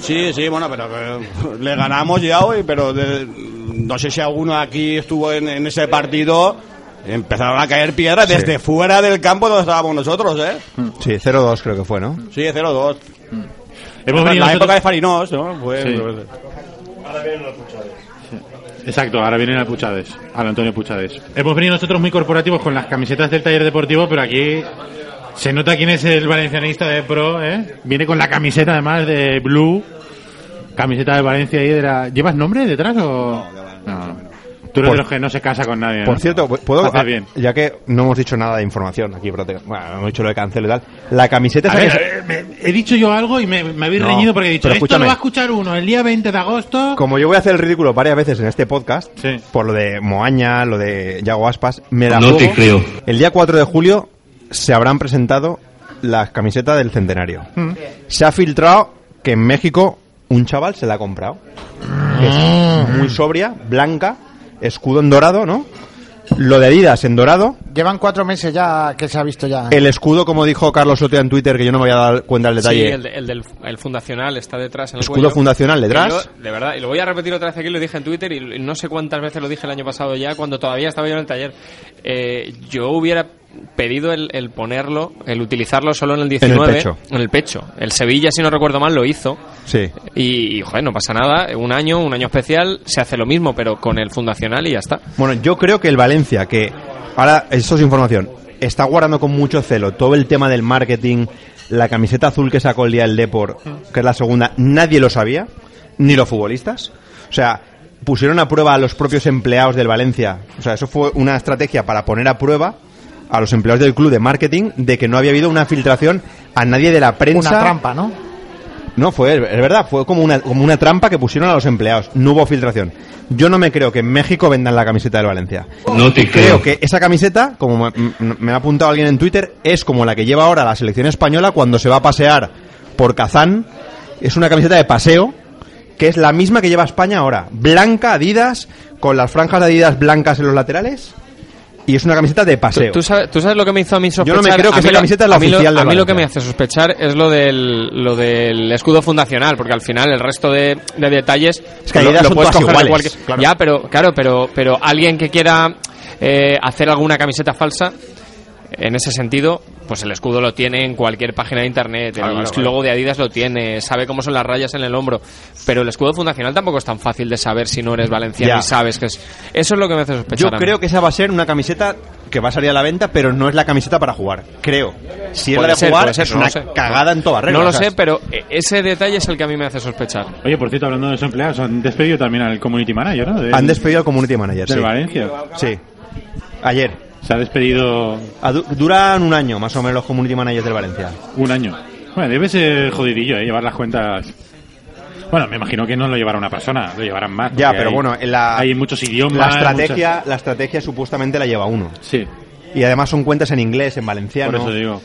Sí, sí, bueno, pero eh, le ganamos ya hoy, pero de- no sé si alguno aquí estuvo en, en ese partido. Empezaron a caer piedras Sí. desde fuera del campo donde estábamos nosotros, ¿eh? Hmm. Sí, 0-2 creo que fue, ¿no? Sí, 0-2. Hemos la venido nosotros- época de Farinós, ¿no? Pues, Fue- Sí. Exacto, ahora vienen a Puchades, al Antonio Puchades. Hemos venido nosotros muy corporativos con las camisetas del taller deportivo, pero aquí se nota quién es el valencianista de pro, ¿eh? Viene con la camiseta además de Blue, camiseta de Valencia y de la... ¿Llevas nombre detrás o...? No, Tú eres Por- de los que no se casa con nadie, Por ¿no? cierto, ¿puedo, Haces ah, bien. ya que no hemos dicho nada de información aquí, pero te- bueno, hemos dicho lo de cancelo y tal. La A camiseta esa ver, que se- a ver, me- he dicho yo algo y me, me habéis No, reñido porque he dicho, pero esto lo escúchame. va a escuchar uno el día 20 de agosto... Como yo voy a hacer el ridículo varias veces en este podcast, Sí. por lo de Moaña, lo de Yago Aspas, me la No juego. te creo. El día 4 de julio se habrán presentado las camisetas del centenario. Mm. Se ha filtrado que en México un chaval se la ha comprado. Que es muy sobria, blanca, escudo en dorado, ¿no? Lo de Adidas en dorado. Llevan cuatro meses ya que se ha visto ya. El escudo, como dijo Carlos Sotea en Twitter, que yo no me voy a dar cuenta del detalle. Sí, el, de- el del el fundacional está detrás. En el Escudo cuello. fundacional detrás. Y yo, de verdad, y lo voy a repetir otra vez aquí, lo dije en Twitter y no sé cuántas veces lo dije el año pasado ya, cuando todavía estaba yo en el taller. Eh, yo hubiera pedido el, el ponerlo, el utilizarlo solo en el 19. pecho. en el pecho. El Sevilla, si no recuerdo mal, lo hizo. Sí. Y, y, joder, no pasa nada. Un año, un año especial, se hace lo mismo, pero con el fundacional y ya está. Bueno, yo creo que el Valencia, que ahora eso es información, está guardando con mucho celo todo el tema del marketing, la camiseta azul que sacó el día del Depor, que es la segunda, nadie lo sabía, ni los futbolistas. O sea, pusieron a prueba a los propios empleados del Valencia. O sea, eso fue una estrategia para poner a prueba a los empleados del club de marketing de que no había habido una filtración a nadie de la prensa. Una trampa, ¿no? No, fue, es verdad, fue como una, como una trampa que pusieron a los empleados. No hubo filtración. Yo no me creo que en México vendan la camiseta del Valencia. No te Creo que esa camiseta, como me, me- me ha apuntado alguien en Twitter, es como la que lleva ahora la selección española cuando se va a pasear por Kazán. Es una camiseta de paseo que es la misma que lleva España ahora. Blanca, Adidas, con las franjas de Adidas blancas en los laterales. Y es una camiseta de paseo. ¿Tú sabes, tú sabes lo que me hizo a mí sospechar? me creo que A mí esa lo- camiseta es la a mí lo- oficial del A mí lo que Valencia. me hace sospechar es lo del, lo del escudo fundacional, porque al final el resto de, de detalles Es que lo, ahí las lo son puedes todas coger de iguales, cualquier- claro. Ya, pero claro, pero, pero alguien que quiera eh, hacer alguna camiseta falsa, en ese sentido, pues el escudo lo tiene en cualquier página de internet, Claro, el claro, claro. logo de Adidas lo tiene, sabe cómo son las rayas en el hombro, pero el escudo fundacional tampoco es tan fácil de saber si no eres valenciano Ya. y sabes que es. Eso es lo que me hace sospechar. Yo a mí. creo que esa va a ser una camiseta que va a salir a la venta, pero no es la camiseta para jugar. Creo. Si es Puede la de ser, jugar, puede ser, es no una lo sé. cagada en toda regla. No lo o sea, sé, pero eh, ese detalle es el que a mí me hace sospechar. Oye, por cierto, hablando de los empleados, han despedido también al community manager, ¿no? Del- Han despedido al community manager. del sí. Valencia. Sí. Ayer. Se ha despedido. duran un año, más o menos, los community managers del Valencia. Un año. Bueno, debe ser jodidillo, ¿eh? Llevar las cuentas. Bueno, me imagino que no lo llevará una persona, lo llevarán más. Ya, porque pero hay- bueno, en la- hay muchos idiomas. La estrategia, muchas- la estrategia supuestamente la lleva uno. Sí. Y además son cuentas en inglés, en valenciano. Por eso digo.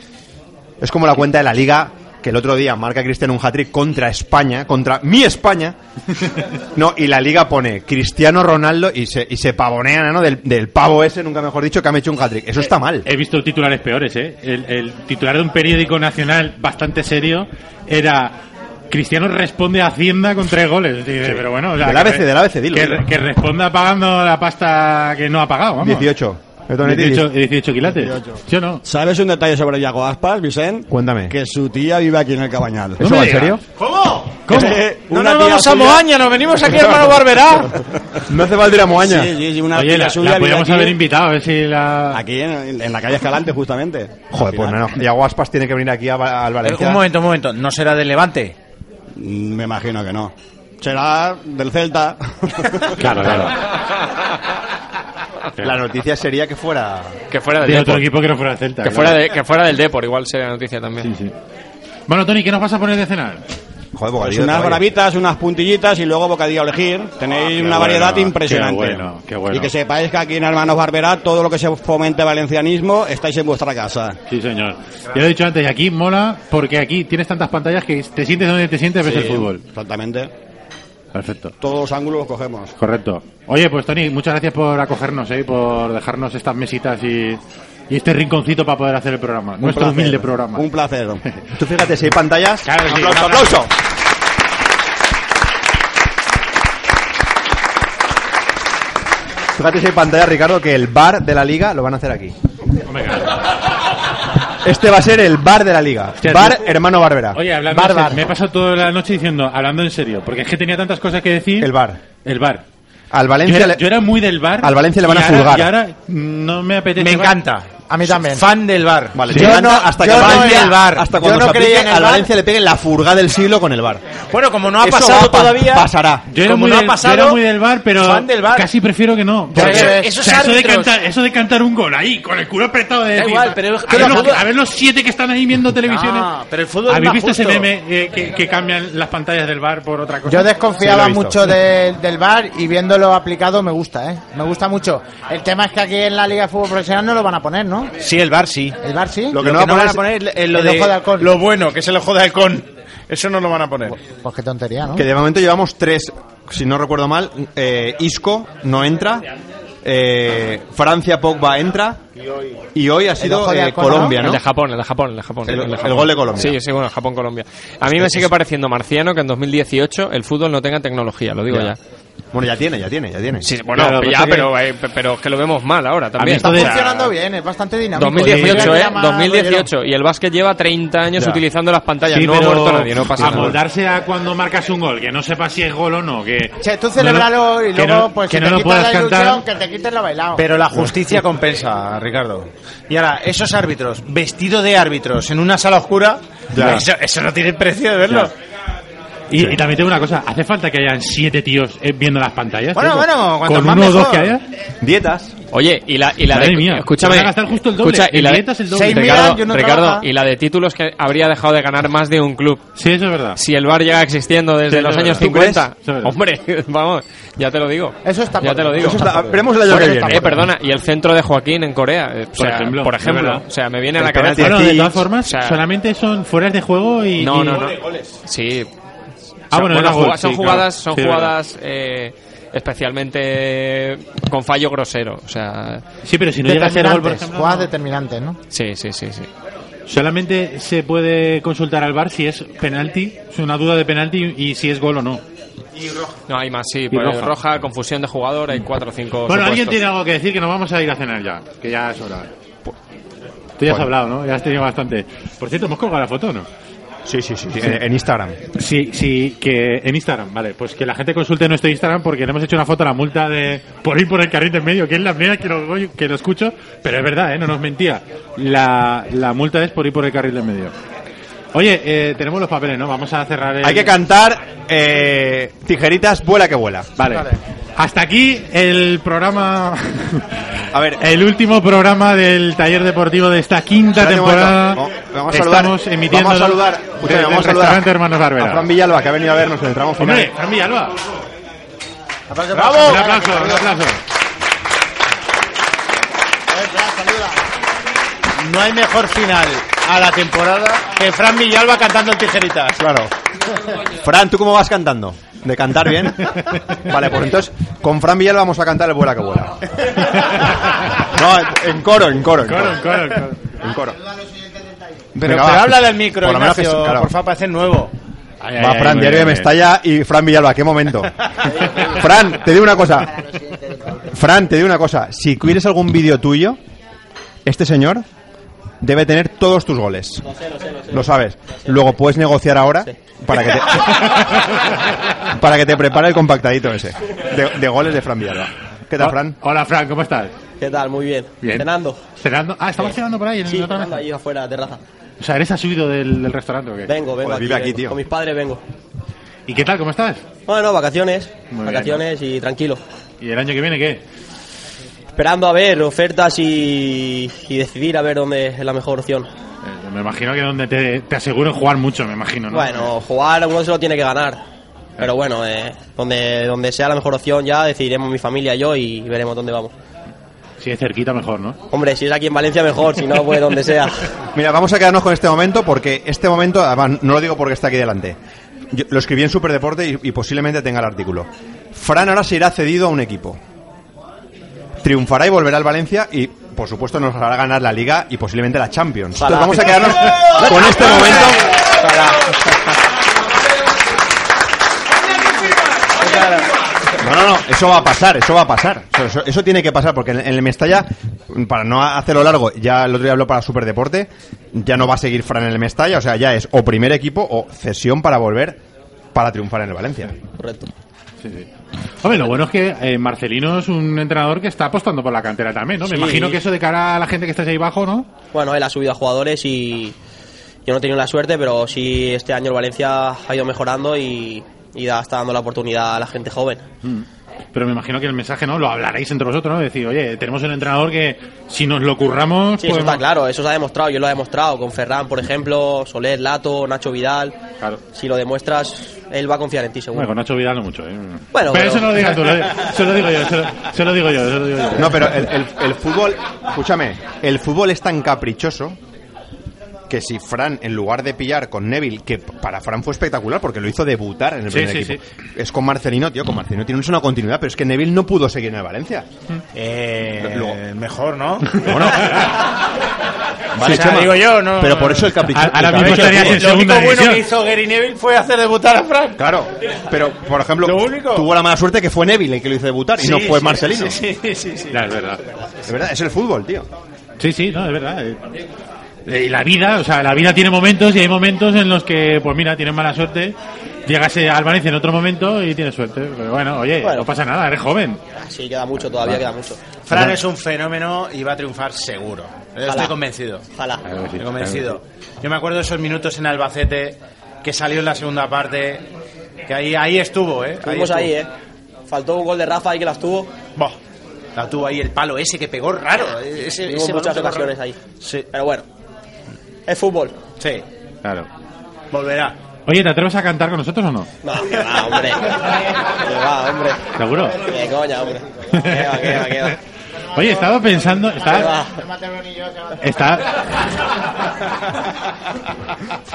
Es como la cuenta de la liga que el otro día marca Cristiano un hat-trick contra España, contra mi España. No, y la liga pone Cristiano Ronaldo y se, y se pavonean ¿no? del, del pavo ese, nunca mejor dicho, que ha hecho un hat-trick. Eh, Eso está mal. He visto titulares peores, ¿eh? El, el titular de un periódico nacional bastante serio era. Cristiano responde a Hacienda con tres goles. Dice, Sí. Pero bueno, o sea, Del que ABC, re- del ABC, dilo, que, dilo. que responda pagando la pasta que no ha pagado. Vamos. 18. 18, 18 quilates. Yo no. ¿Sabes un detalle sobre Iago Aspas, Vicent? Cuéntame. Que su tía vive aquí en el Cabañal. ¿Eso va en serio? ¿Cómo? ¿Cómo? Eh, No nos vamos a Moaña, nos venimos aquí, hermano Barberá. No hace falta ir a Moaña. Sí, sí, sí, una Oye, tía la, suya la vive podíamos aquí. haber invitado, a ver si la... Aquí en, en la calle Escalante, justamente. Joder, pues no, no. Iago Aspas tiene que venir aquí a Va- al Valencia. un momento, un momento. ¿No será del Levante? Mm, Me imagino que no. Será del Celta. Claro, claro. La noticia sería que fuera... Que fuera del De otro Depor. equipo que no fuera Celta. Que claro. fuera, de- que fuera del Depor, igual sería noticia también. Bueno, Tony, ¿qué nos vas a poner de cenar? Joder, Pues bocadillo de unas caballo. bravitas, unas puntillitas y luego bocadillo a elegir. Tenéis Ah, qué una variedad bueno, impresionante. qué bueno, qué bueno. Y que sepáis que aquí en Hermanos Barberá todo lo que se fomente valencianismo estáis en vuestra casa. Sí, señor. Ya lo he dicho antes, y aquí mola porque aquí tienes tantas pantallas que te sientes donde te sientes, ves Sí, el fútbol. Exactamente. Perfecto. Todos los ángulos los cogemos. Correcto. Oye, pues Tony, muchas gracias por acogernos, ¿eh? por dejarnos estas mesitas y, y este rinconcito para poder hacer el programa. Un Nuestro placer, humilde programa. Un placer. Tú fíjate, si hay pantallas... Claro, sí, ¡Aplauso, claro. aplauso! Fíjate si hay pantallas, Ricardo, que el bar de la liga lo van a hacer aquí. Este va a ser el bar de la liga. Hostia, bar tío. Hermano Barbera. Oye, hablando Bar, en serio, bar. me he pasado toda la noche diciendo, hablando en serio, porque es que tenía tantas cosas que decir. El bar. El bar. Al yo, Valencia era, le- yo era muy del bar. Al Valencia le van y a ahora- juzgar. Y ahora no me apetece. Me más. encanta. A mí también. Fan del bar. Vale, Sí. me Yo encanta no- hasta que yo no Valencia- en el bar. Hasta Yo cuando no se creía aplique, en el al bar. Valencia le peguen la furga del siglo con el bar. Bueno, como no ha pasado todavía, Yo era, muy del, yo era muy del bar, pero casi prefiero que no. Ya Porque- ves. Esos eso, de árbitros. cantar, eso de cantar un gol ahí, con el culo apretado de Da decir, igual, pero es- a, pero ver el los, fútbol- a ver los siete que están ahí viendo televisiones. Ah, pero el fútbol es ¿Habéis más visto ese justo. meme eh, que, que cambian las pantallas del bar por otra cosa? Yo desconfiaba mucho de- del bar y viéndolo aplicado me gusta, ¿eh? Me gusta mucho. El tema es que aquí en la Liga de Fútbol Profesional no lo van a poner, ¿no? Sí, el bar sí. El bar sí. Lo que, no, van a poner es lo el de, ojo de halcón. lo bueno, que es el ojo de halcón. Eso no lo van a poner. Pues qué tontería, ¿no? Que de momento llevamos tres, si no recuerdo mal, eh, Isco no entra, eh, Francia Pogba entra y hoy ha sido eh, Colombia, El ¿no? de Japón, el de Japón, el de Japón. El- de Japón. el gol de Colombia. Sí, sí, bueno, Japón-Colombia. A mí me Es- sigue pareciendo marciano que en 2018 el fútbol no tenga tecnología, lo digo ya. Ya. Bueno, ya tiene, ya tiene, ya tiene. Sí, bueno, Claro, ya, pasa que- pero, eh, pe- pero es que lo vemos mal ahora también. Está O sea, funcionando bien, es bastante dinámico. Yo 2018, le ¿eh? llamo a 2018. Y el básquet lleva 30 años Ya. utilizando las pantallas. Sí, no ha pero muerto nadie, no pasa nada. Amoldarse a cuando marcas un gol, que no sepa si es gol o no. Que, Che, tú no lo- celebralo y que luego, no- pues, que si no te lo quitas puedas la ilusión, cantar. que te quites lo bailado. Pero la justicia compensa, Ricardo. Y ahora, esos árbitros, vestido de árbitros en una sala oscura, Ya. eso, eso no tiene precio de verlo. Y, y también tengo una cosa, ¿hace falta que hayan siete tíos eh, viendo las pantallas? Bueno, tío? bueno, cuanto con más uno o dos mejor. que haya. Dietas. Oye, y la, y la Madre de. mía, escúchame. van a gastar justo el doble. Escucha, y En la de, dietas el doble. Seis Ricardo, miran y uno Ricardo, trabaja. y la de títulos que habría dejado de ganar más de un club. Sí, eso es verdad. Si el bar llega existiendo desde Sí, los eso es años verdad. ¿Tú crees? 50. Eso es verdad. Hombre, vamos, ya te lo digo. Eso está Ya por- te lo digo. eso está- veremos el año Por- que viene. Eh, perdona, y el centro de Joaquín en Corea. eh, o Por sea, ejemplo, Por es ejemplo. verdad. O sea, me viene a la Pero cabeza. Bueno, de todas O formas, sea, solamente son fueras de juego y... no, y- no, no. Sí. Ah, Son- bueno, era ju- gol, son sí, jugadas, claro. son Sí, jugadas eh, especialmente con fallo grosero. O sea, Sí, pero si no llega a ser gol, por ejemplo... Jugadas determinantes, ¿no? Sí, sí, sí, sí. Solamente se puede consultar al bar si es penalti, es una duda de penalti y si es gol o no. No, hay más, sí. pues, roja. roja. confusión de jugador, hay cuatro o cinco. Bueno, alguien supuestos. tiene algo que decir que nos vamos a ir a cenar ya, que ya es hora. Tú ya has Bueno. hablado, ¿no? Ya has tenido bastante. Por cierto, ¿hemos colgado la foto o no? Sí, sí, sí. En, en Instagram. Sí, sí, que en Instagram, vale. Pues que la gente consulte nuestro Instagram porque le hemos hecho una foto a la multa de por ir por el carril de en medio, que es la primera que lo, voy- que lo escucho, pero es verdad, ¿eh? No nos mentía. La, la multa es por ir por el carril de en medio. Oye, eh, tenemos los papeles, ¿no? Vamos a cerrar el... Hay que cantar eh, Tijeritas, vuela que vuela. Vale. Hasta aquí el programa. A ver. El último programa del taller deportivo de esta quinta Espérate un momento. temporada. Vamos- Vamos a saludar. Estamos emitiendo. Vamos a saludar. Escúchame, desde vamos a el saludar restaurante Hermanos A Barbera. Fran Villalba, que ha venido a vernos en el tramo final. Hombre, Fran Villalba. ¡Bravo! Un aplauso, un aplauso. No hay mejor final a la temporada que Fran Villalba cantando el tijeritas. Claro. Fran, ¿tú cómo vas cantando? ¿De cantar bien? Vale, pues entonces con Fran Villalba vamos a cantar el vuela que vuela. No, en coro, en coro. En coro, en coro. En coro. Pero, Venga, pero va. pues, habla del micro, Por lo menos que Ignacio, sí, claro. por favor, parece nuevo. Va Fran, diario de Mestalla y Fran Villalba, qué momento. Fran, te digo una cosa. Fran, te digo una cosa. Si quieres algún vídeo tuyo, este señor debe tener todos tus goles. Lo sabes. Luego puedes negociar ahora para que te, para que te prepare el compactadito ese de, de goles de Fran Villalba. ¿Qué tal, Fran? Ah, Hola, Fran, ¿cómo estás? ¿Qué tal? Muy bien. Bien. Cenando. ¿Cenando? Ah, ¿estabas cenando por ahí? En sí, la otra cenando mesa? ahí afuera, terraza. O sea, ¿eres ha subido del, del restaurante o qué? Vengo, vengo. Pues aquí, vengo. Con mis padres vengo. ¿Y qué tal? ¿Cómo estás? Bueno, vacaciones. Muy bien, vacaciones y tranquilo. ¿Y el año que viene qué? Esperando a ver ofertas y, y decidir a ver dónde es la mejor opción. Eh, Me imagino que donde te, te aseguren jugar mucho, me imagino, ¿no? Bueno, jugar uno se lo tiene que ganar. Pero bueno, eh, donde, donde sea la mejor opción ya decidiremos mi familia y yo y veremos dónde vamos. Si es cerquita, mejor, ¿no? Hombre, si es aquí en Valencia mejor, si no, pues donde sea. Mira, vamos a quedarnos con este momento porque este momento, además, no lo digo porque está aquí delante. Yo lo escribí en Superdeporte y, y posiblemente tenga el artículo. Fran ahora se irá cedido a un equipo. Triunfará y volverá al Valencia y, por supuesto, nos hará ganar la Liga y posiblemente la Champions. Ojalá. Entonces, vamos a quedarnos con este momento. No, no, no, eso va a pasar, eso va a pasar. Eso, eso- eso tiene que pasar porque en, en el Mestalla, para no hacerlo largo, ya el otro día habló para Superdeporte, ya no va a seguir Fran en el Mestalla, o sea, ya es o primer equipo o cesión para volver para triunfar en el Valencia. Correcto. Sí, sí. Hombre, lo bueno es que eh, Marcelino es un entrenador que está apostando por la cantera también, ¿no? Me Sí. imagino que eso de cara a la gente que está ahí abajo, ¿no? Bueno, él ha subido a jugadores y yo no he tenido la suerte, pero sí este año el Valencia ha ido mejorando y, y da, está dando la oportunidad a la gente joven. Mm. Pero me imagino que el mensaje, ¿no? Lo hablaréis entre vosotros, ¿no? Decir, oye, tenemos un entrenador que si nos lo curramos... Sí, eso podemos- está claro, eso se ha demostrado, yo lo he demostrado con Ferran, por ejemplo, Soler, Lato, Nacho Vidal. Si lo demuestras, él va a confiar en ti, seguro. Bueno, con Nacho Vidal no mucho, ¿eh? pero, Bueno, pero- eso no lo digas tú, lo, se lo digo yo, se lo, se lo digo yo, se lo digo yo. No, pero el, el- el fútbol, escúchame, el fútbol es tan caprichoso que si Fran, en lugar de pillar con Neville, que para Fran fue espectacular porque lo hizo debutar en el Sí, primer sí, equipo, es con Marcelino, tío, con Marcelino tienes una continuidad, pero es que Neville no pudo seguir en el Valencia. Eh, mejor, ¿no? Bueno. Vale, O sea, Chema, digo yo, no- Pero por eso el capricho. Ahora el mismo capricho estarías del en fútbol. Lo único bueno que hizo Gary Neville fue hacer debutar a Frank. Claro, pero por ejemplo, Lo único- tuvo la mala suerte que fue Neville el que lo hizo debutar y no fue Marcelino. Sí, sí, sí. sí. Ya, es verdad. Es verdad, es el fútbol, tío. Sí, sí, no, es verdad. eh. Eh, Y la vida, o sea, la vida tiene momentos y hay momentos en los que, pues mira, tienes mala suerte, llegas eh, al Valencia en otro momento y tienes suerte. Pero bueno, oye, Bueno. no pasa nada, eres joven. Ah, Sí, queda mucho, todavía Vale. queda mucho. Fran es un fenómeno y va a triunfar seguro. Yo Estoy Ojalá. convencido. Ojalá. Estoy convencido. Yo me acuerdo de esos minutos en Albacete que salió en la segunda parte Que ahí, ahí estuvo, ¿eh? Estuvimos ahí, eh. Faltó un gol de Rafa ahí que las tuvo. La tuvo ahí el palo ese que pegó raro. eh, Tuvimos Ese, ese balón ¿eh? muchas pegó ocasiones raro. ahí. Pero bueno, es fútbol. Sí, Claro. volverá. Oye, ¿te atreves a cantar con nosotros o no? No, que va, hombre. Que va, hombre. ¿Seguro? Qué coña, hombre. Que va, que va, que va. Oye, estaba pensando. Estaba,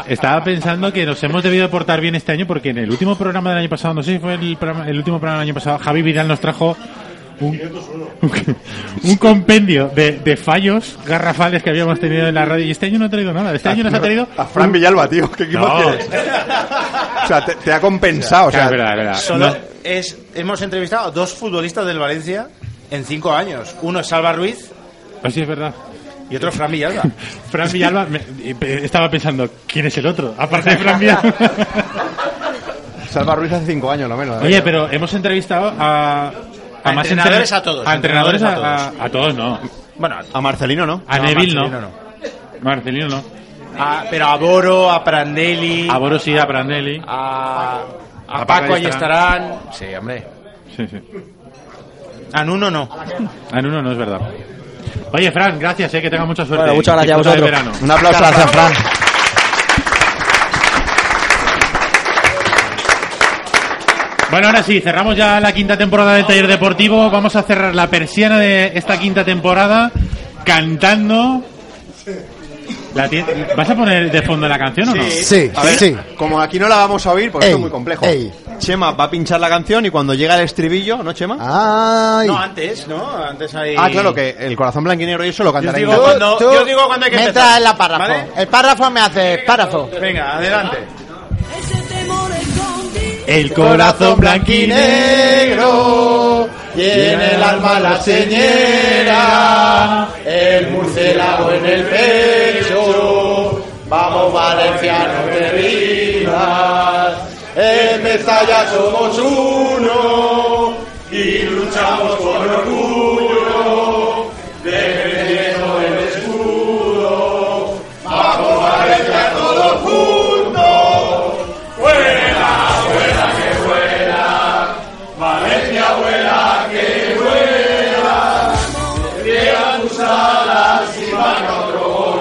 estaba pensando que nos hemos debido portar bien este año porque en el último programa del año pasado, no sé si fue el, programa- el último programa del año pasado, Javi Vidal nos trajo un, un compendio de, de fallos garrafales que habíamos tenido en la radio. Y este año no ha traído nada. Este año nos ha traído. A Fran Villalba, tío. ¿Qué equipo No. tienes? O sea, te, te ha compensado. O sea, Claro, es verdad, es verdad. no- Solo es, hemos entrevistado a dos futbolistas del Valencia en cinco años. Uno es Salva Ruiz Así pues es verdad. y otro Fran Villalba. Fran Villalba, me- eh, estaba pensando, ¿quién es el otro? Aparte de Fran Villalba. Salva Ruiz hace cinco años, lo menos. ¿eh? Oye, pero hemos entrevistado a. A entrenadores entre- a todos, A entrenadores a, entrenadores a a- a todos, no. Bueno, a Marcelino no. A No, Neville no. Marcelino Marcelino no. A- pero a Boro, a Prandelli. A Boro sí, a Prandelli. A, A a Paco Paco ahí Ayestarán. estarán. Sí, hombre. Sí, sí. A Nuno no. A Nuno no es verdad. Oye, Fran, gracias, eh, que tenga mucha suerte. Bueno, muchas gracias a Disfruta del vosotros. verano. Un aplauso, gracias, Fran. Bueno, ahora sí, cerramos ya la quinta temporada del Taller Deportivo. Vamos a cerrar la persiana de esta quinta temporada cantando. La ti- ¿Vas a poner de fondo la canción o no? a ver, Como aquí no la vamos a oír, porque esto es muy complejo. Chema va a pinchar la canción y cuando llega el estribillo, ¿no, Chema? No, antes, ¿no? Antes ahí. Ah, claro, que el corazón blanquinero y eso lo cantará Yo digo en catalán. cuando- yo digo cuando hay que me empezar, entras en la párrafo. ¿vale? El párrafo me hace párrafo. Venga, adelante. El corazón blanquinegro tiene el alma la señera, el murciélago en el pecho. Vamos, valencianos de vidas, en Mestalla somos uno y luchamos con orgullo, defendiendo el escudo. Vamos, Valencia, todos juntos. Vuela, vuela que vuela, Valencia vuela que vuela. Llega tus alas y marca otro gol,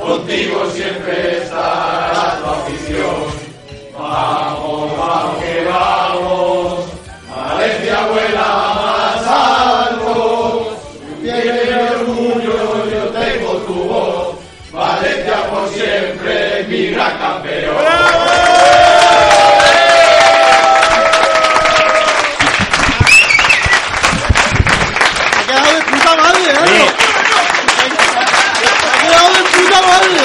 contigo siempre estará tu afición. Vamos, vamos que vamos, Valencia vuela más alto. Tiene mi orgullo, yo tengo tu voz, Valencia por siempre, mira campeón. Ha quedado de puta madre, ¿eh? Ha quedado de puta madre.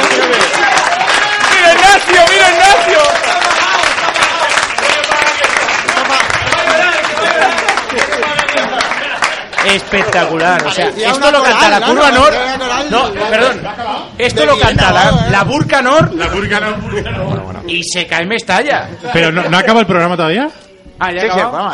¡Mira Ignacio, mira Ignacio! Espectacular, o sea, Parecía esto una lo canta la coral, curva ¿no? Nor. Una coral. ¿eh? No, perdón. Esto lo canta la, la Burca Nor. La Burca Nor. Y se cae en Mestalla. Pero no, ¿no acaba el programa todavía. Ah, ya Sí, sí, acabó.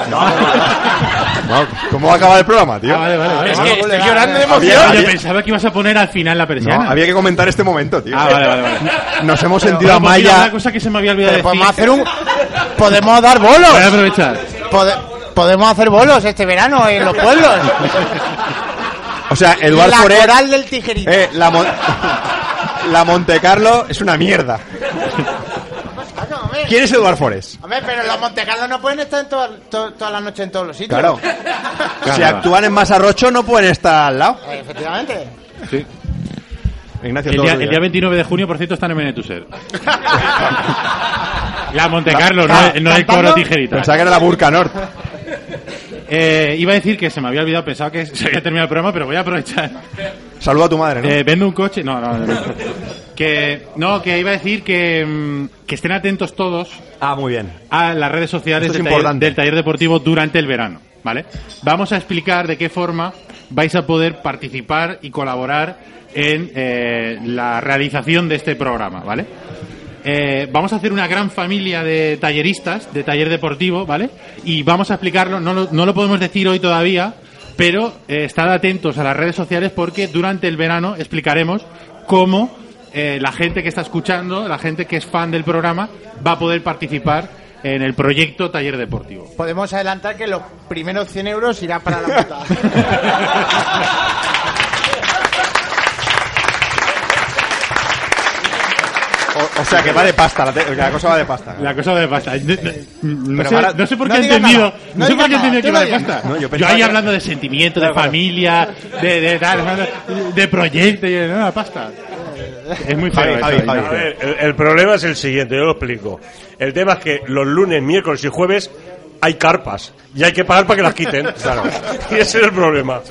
¿Cómo va a acabar el programa, tío? Ah, vale, vale, vale. pues Es que estoy llorando de emoción. Había- Había- pensaba que ibas a poner al final la No, persiana. había que comentar este momento, tío. Ah, vale, vale, vale. Nos hemos Pero, sentido a ojo, mira, Maya. Una cosa que se me había olvidado Pero decir. podemos hacer un. Podemos dar bolos. Voy a aprovechar. Pode- podemos hacer bolos este verano en los pueblos. O sea, Eduard la Foré. coral del tijerito. Eh, la, Mon- la Monte Carlo es una mierda. ¿Quién es Eduard Forés? Hombre, pero los Montecarlos no pueden estar en toda, to- toda la noche en todos los sitios. Claro. Si actúan en Masarrocho no pueden estar al lado. Eh, Efectivamente. Ignacio, El todo día, tuyo. el día 29 de junio, por cierto, están en Benetuser. La Monte Carlo, no, Ah, el- no el coro ¿cantando? tijerita. Pensaba que era la Burca Norte. Eh, iba a decir que se me había olvidado, pensaba que se había terminado el programa, pero voy a aprovechar. Saluda a tu madre, ¿no? Eh, vendo un coche. No, no, no. Que, no, que iba a decir que, mm, que estén atentos todos ah, muy bien. a las redes sociales Esto es del taller, importante. del taller deportivo durante el verano. ¿Vale? Vamos a explicar de qué forma vais a poder participar y colaborar en eh, la realización de este programa, ¿vale? Eh, vamos a hacer una gran familia de talleristas, de taller deportivo, ¿vale? Y vamos a explicarlo, no lo, no lo podemos decir hoy todavía, pero eh, estad atentos a las redes sociales porque durante el verano explicaremos cómo eh, la gente que está escuchando, la gente que es fan del programa, va a poder participar en el proyecto Taller Deportivo. Podemos adelantar que los primeros 100 euros irán para la puta. O, o sea, que va de pasta, la, te- la cosa va de pasta. La cosa de pasta. No, no- no Pero sé, para- no sé por no qué he digas entendido. nada, No, no sé por digas qué he entendido nada, que tú iba no de digas pasta. nada. No, yo yo, pensaba ahí que- hablando de sentimiento, de familia, de, de tal, de proyecto y de no, la pasta. Es muy feo. eso, ahí, ¿no? A ver, el, el problema es el siguiente, yo lo explico. El tema es que los lunes, miércoles y jueves hay carpas y hay que pagar para que las quiten. Y ese es el problema.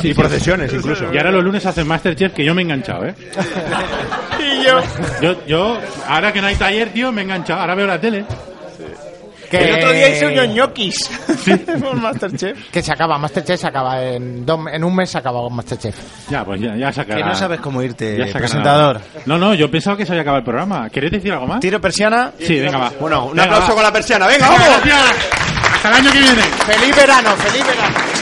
Sí, y procesiones incluso. Y ahora los lunes hacen Masterchef que yo me he enganchado, ¿eh? Y yo. Yo, yo, ahora que no hay taller, tío, me he enganchado. Ahora veo la tele. Que- El otro día hice unos ñoquis por Masterchef. Que se acaba, Masterchef se acaba. En, dos- en un mes se acaba Masterchef. Ya, pues ya, ya sacará. Que no sabes cómo irte, presentador. No, no, yo pensaba que se había acabado el programa. ¿Queréis decir algo más? ¿Tiro persiana? Sí, venga, va. Bueno, un Venga, aplauso va. con la persiana. ¡Venga, Venga, vamos! gracias. Hasta el año que viene. Feliz verano, feliz verano.